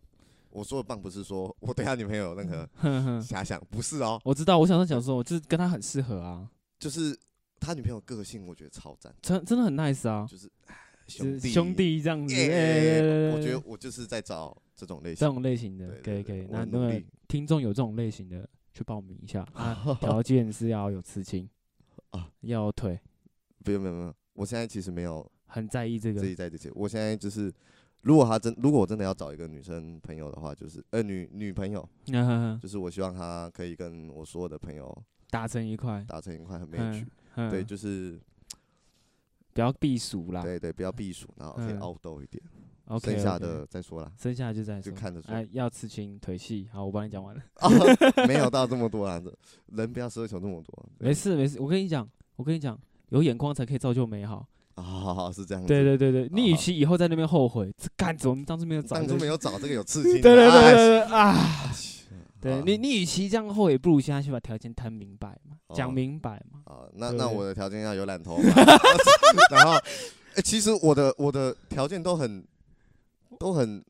Speaker 3: 我说的棒不是说我对他女朋友有任何
Speaker 2: 哼哼，
Speaker 3: 遐想，不是哦，
Speaker 2: 我知道，我想说想说，我就是跟他很适合啊，
Speaker 3: 就是他女朋友个性我觉得超赞，
Speaker 2: 真真的很 nice 啊，
Speaker 3: 就是唉
Speaker 2: 就是
Speaker 3: 兄弟
Speaker 2: 兄，弟这样子，
Speaker 3: 耶
Speaker 2: 哎
Speaker 3: 我觉得我就是在找这种类
Speaker 2: 这
Speaker 3: 型。
Speaker 2: 种类型的
Speaker 3: 对
Speaker 2: 可以
Speaker 3: 对
Speaker 2: 可
Speaker 3: 对
Speaker 2: 以，
Speaker 3: 我
Speaker 2: 那
Speaker 3: 很
Speaker 2: 那
Speaker 3: 努
Speaker 2: 个
Speaker 3: 力
Speaker 2: 听众有这种类型的去报名一下 啊，条件是要有刺青
Speaker 3: 啊，
Speaker 2: 要有腿，
Speaker 3: 不用不用不用，我现在其实没有
Speaker 2: 很在意这
Speaker 3: 自
Speaker 2: 个
Speaker 3: 己在这些，我现在就是。如果他真，如果我真的要找一个女生朋友的话，就是呃女女朋友， 就是我希望她可以跟我所有的朋友
Speaker 2: 达成一块，
Speaker 3: 达成一块很 match，
Speaker 2: 嗯嗯，
Speaker 3: 对，就是
Speaker 2: 不要避暑啦
Speaker 3: 对对，不要避暑，然后可以
Speaker 2: 嗯
Speaker 3: 凹斗一点，
Speaker 2: ，OK，。
Speaker 3: 剩下的再说啦
Speaker 2: 剩下的就再
Speaker 3: 就
Speaker 2: 说，
Speaker 3: 看着说
Speaker 2: 哎，要刺青腿细，好，我帮你讲完了，
Speaker 3: 啊 没有到这么多啦，这人不要奢求这么多。对
Speaker 2: 没事没事，我跟你讲，我跟你讲，有眼光才可以造就美好，
Speaker 3: 啊，是这样子。
Speaker 2: 对对对对，你与
Speaker 3: 啊
Speaker 2: 其以后在那边后悔，这干怎么当初没有找
Speaker 3: 当
Speaker 2: 这
Speaker 3: 初
Speaker 2: 个？
Speaker 3: 没有找这个 有刺激。
Speaker 2: 对对对对
Speaker 3: 哎
Speaker 2: 对啊！对
Speaker 3: 啊
Speaker 2: 你，你与其这样后悔，不如现在去把条件谈明白嘛，讲
Speaker 3: 哦
Speaker 2: 明白嘛。
Speaker 3: 啊，那
Speaker 2: 对
Speaker 3: 那
Speaker 2: 对
Speaker 3: 我的条件要有染头发， 然后，哎，其实我的我的条件都很都很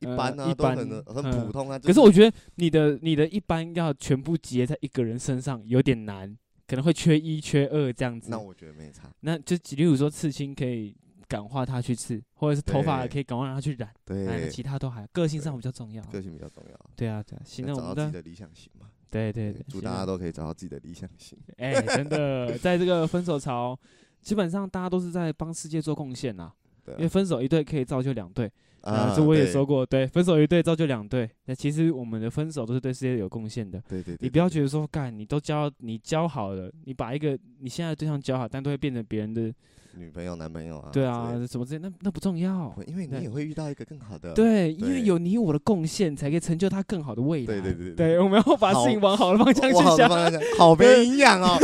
Speaker 3: 一
Speaker 2: 呃
Speaker 3: 般啊，
Speaker 2: 一
Speaker 3: 都
Speaker 2: 般
Speaker 3: 很很
Speaker 2: 嗯
Speaker 3: 普通啊。就
Speaker 2: 可是我觉得你的你的一般要全部结在一个人身上有点难，可能会缺一缺二这样子。
Speaker 3: 那我觉得没差。
Speaker 2: 那就例如说刺青可以感化他去刺，或者是头发
Speaker 3: 对
Speaker 2: 可以感化他去染，哎，那
Speaker 3: 对，
Speaker 2: 其他都还个性上比较重要。
Speaker 3: 个性比较重要，
Speaker 2: 对啊，对啊。行，
Speaker 3: 要
Speaker 2: 那我
Speaker 3: 找
Speaker 2: 们
Speaker 3: 到自己
Speaker 2: 的
Speaker 3: 的理想型嘛。
Speaker 2: 对对
Speaker 3: 对
Speaker 2: 对，
Speaker 3: 祝
Speaker 2: 行啊
Speaker 3: 大
Speaker 2: 那
Speaker 3: 家都可以找到自己的理想型。
Speaker 2: 哎、真的， 在这个分手潮，基本上大家都是在帮世界做贡献啦。
Speaker 3: 对
Speaker 2: 因为分手一对可以造就两对，啊，
Speaker 3: 啊，
Speaker 2: 这我也
Speaker 3: 对
Speaker 2: 说，过，对，分手一对造就两对。那其实我们的分手都是对世界有贡献的。
Speaker 3: 对对对，
Speaker 2: 你不要
Speaker 3: 对
Speaker 2: 觉得说，干，你都教你教好了，你把一个你现在的对象教好，但都会变成别人的，
Speaker 3: 女朋友、男朋友啊，
Speaker 2: 对
Speaker 3: 之类
Speaker 2: 啊，什么之类，那那不重要
Speaker 3: 的，。会因为
Speaker 2: 对
Speaker 3: 你也会遇到一个更好 的。
Speaker 2: 对，因为
Speaker 3: 对
Speaker 2: 有你我的贡献，才可以成就他更好的未来。
Speaker 3: 对对对
Speaker 2: 对
Speaker 3: 对对
Speaker 2: 我们要把事情往好的方向
Speaker 3: 哇，
Speaker 2: 去
Speaker 3: 好的
Speaker 2: 想。
Speaker 3: 方向想，好没营养哦。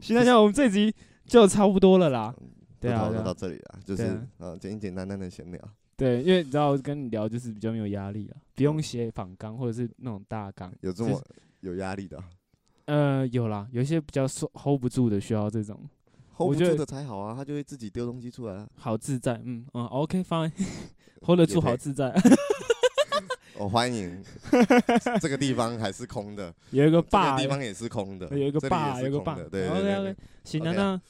Speaker 2: 行，大家，我们这集就差不多了啦。
Speaker 3: 嗯
Speaker 2: 对啊，
Speaker 3: 就
Speaker 2: 对
Speaker 3: 到
Speaker 2: 啊
Speaker 3: 这里了，就
Speaker 2: 对
Speaker 3: 是
Speaker 2: 啊
Speaker 3: 呃简简单单的闲聊。
Speaker 2: 对，因为你知道跟你聊就是比较没有压力啊，不
Speaker 3: 嗯
Speaker 2: 用写访纲或者是那种大纲。
Speaker 3: 有这
Speaker 2: 就
Speaker 3: 么
Speaker 2: 是
Speaker 3: 有压力的啊
Speaker 2: 呃，有啦，有一些比较 so- hold 不住的需要这种我
Speaker 3: ，hold 不
Speaker 2: 觉
Speaker 3: 住
Speaker 2: 得
Speaker 3: 的才好啊，他就会自己丢东西出来啊。
Speaker 2: 好自在，嗯嗯，OK fine，hold 得住
Speaker 3: 也可以
Speaker 2: 好自在，
Speaker 3: 我欢迎，这个地方还是空的，
Speaker 2: 有一个
Speaker 3: 这个
Speaker 2: 坝，
Speaker 3: 地方也是空的，
Speaker 2: 有一个
Speaker 3: 这里
Speaker 2: 坝，
Speaker 3: 也
Speaker 2: 有
Speaker 3: 是
Speaker 2: 一个
Speaker 3: 空
Speaker 2: 坝
Speaker 3: 的，对对
Speaker 2: OK
Speaker 3: 对
Speaker 2: OK，
Speaker 3: 对，
Speaker 2: 行，那
Speaker 3: OK
Speaker 2: 那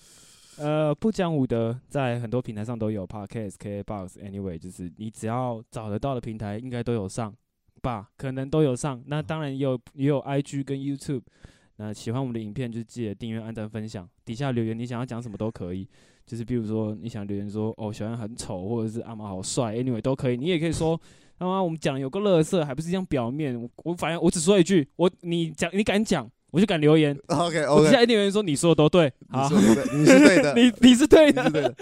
Speaker 2: 呃不讲武德在很多平台上都有 Podcast、KBox、Anyway，就是你只要找得到的平台应该都有上吧，可能都有上。那当然也有也有 IG 跟 YouTube。那喜欢我们的影片，就记得订阅、按赞、分享。底下留言，你想要讲什么都可以，就是比如说你想留言说哦小安很丑，或者是阿玛好帅，anyway 都可以。你也可以说他妈我们讲有个乐色，还不是一样表面。我我反正我只说一句，我你讲你敢讲，我就敢留言。
Speaker 3: OK
Speaker 2: 我底
Speaker 3: OK，
Speaker 2: 下一定有人说你说的都对，好，
Speaker 3: 你是对的，你是对 的，
Speaker 2: 你你是对
Speaker 3: 你是对
Speaker 2: 的，
Speaker 3: 的。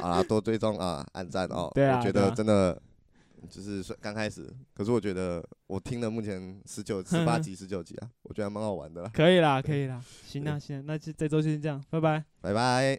Speaker 3: 好啦，多追踪啊，按赞哦。
Speaker 2: 对啊
Speaker 3: 我觉
Speaker 2: 对
Speaker 3: 得
Speaker 2: 啊
Speaker 3: 真的就是说刚开始，可是我觉得我听了目前十九、十八集、十九集啊，我觉得还蛮好玩的啦。
Speaker 2: 可以啦，可以啦，行啦，行啦，那就这周先这样，拜拜。
Speaker 3: 拜拜。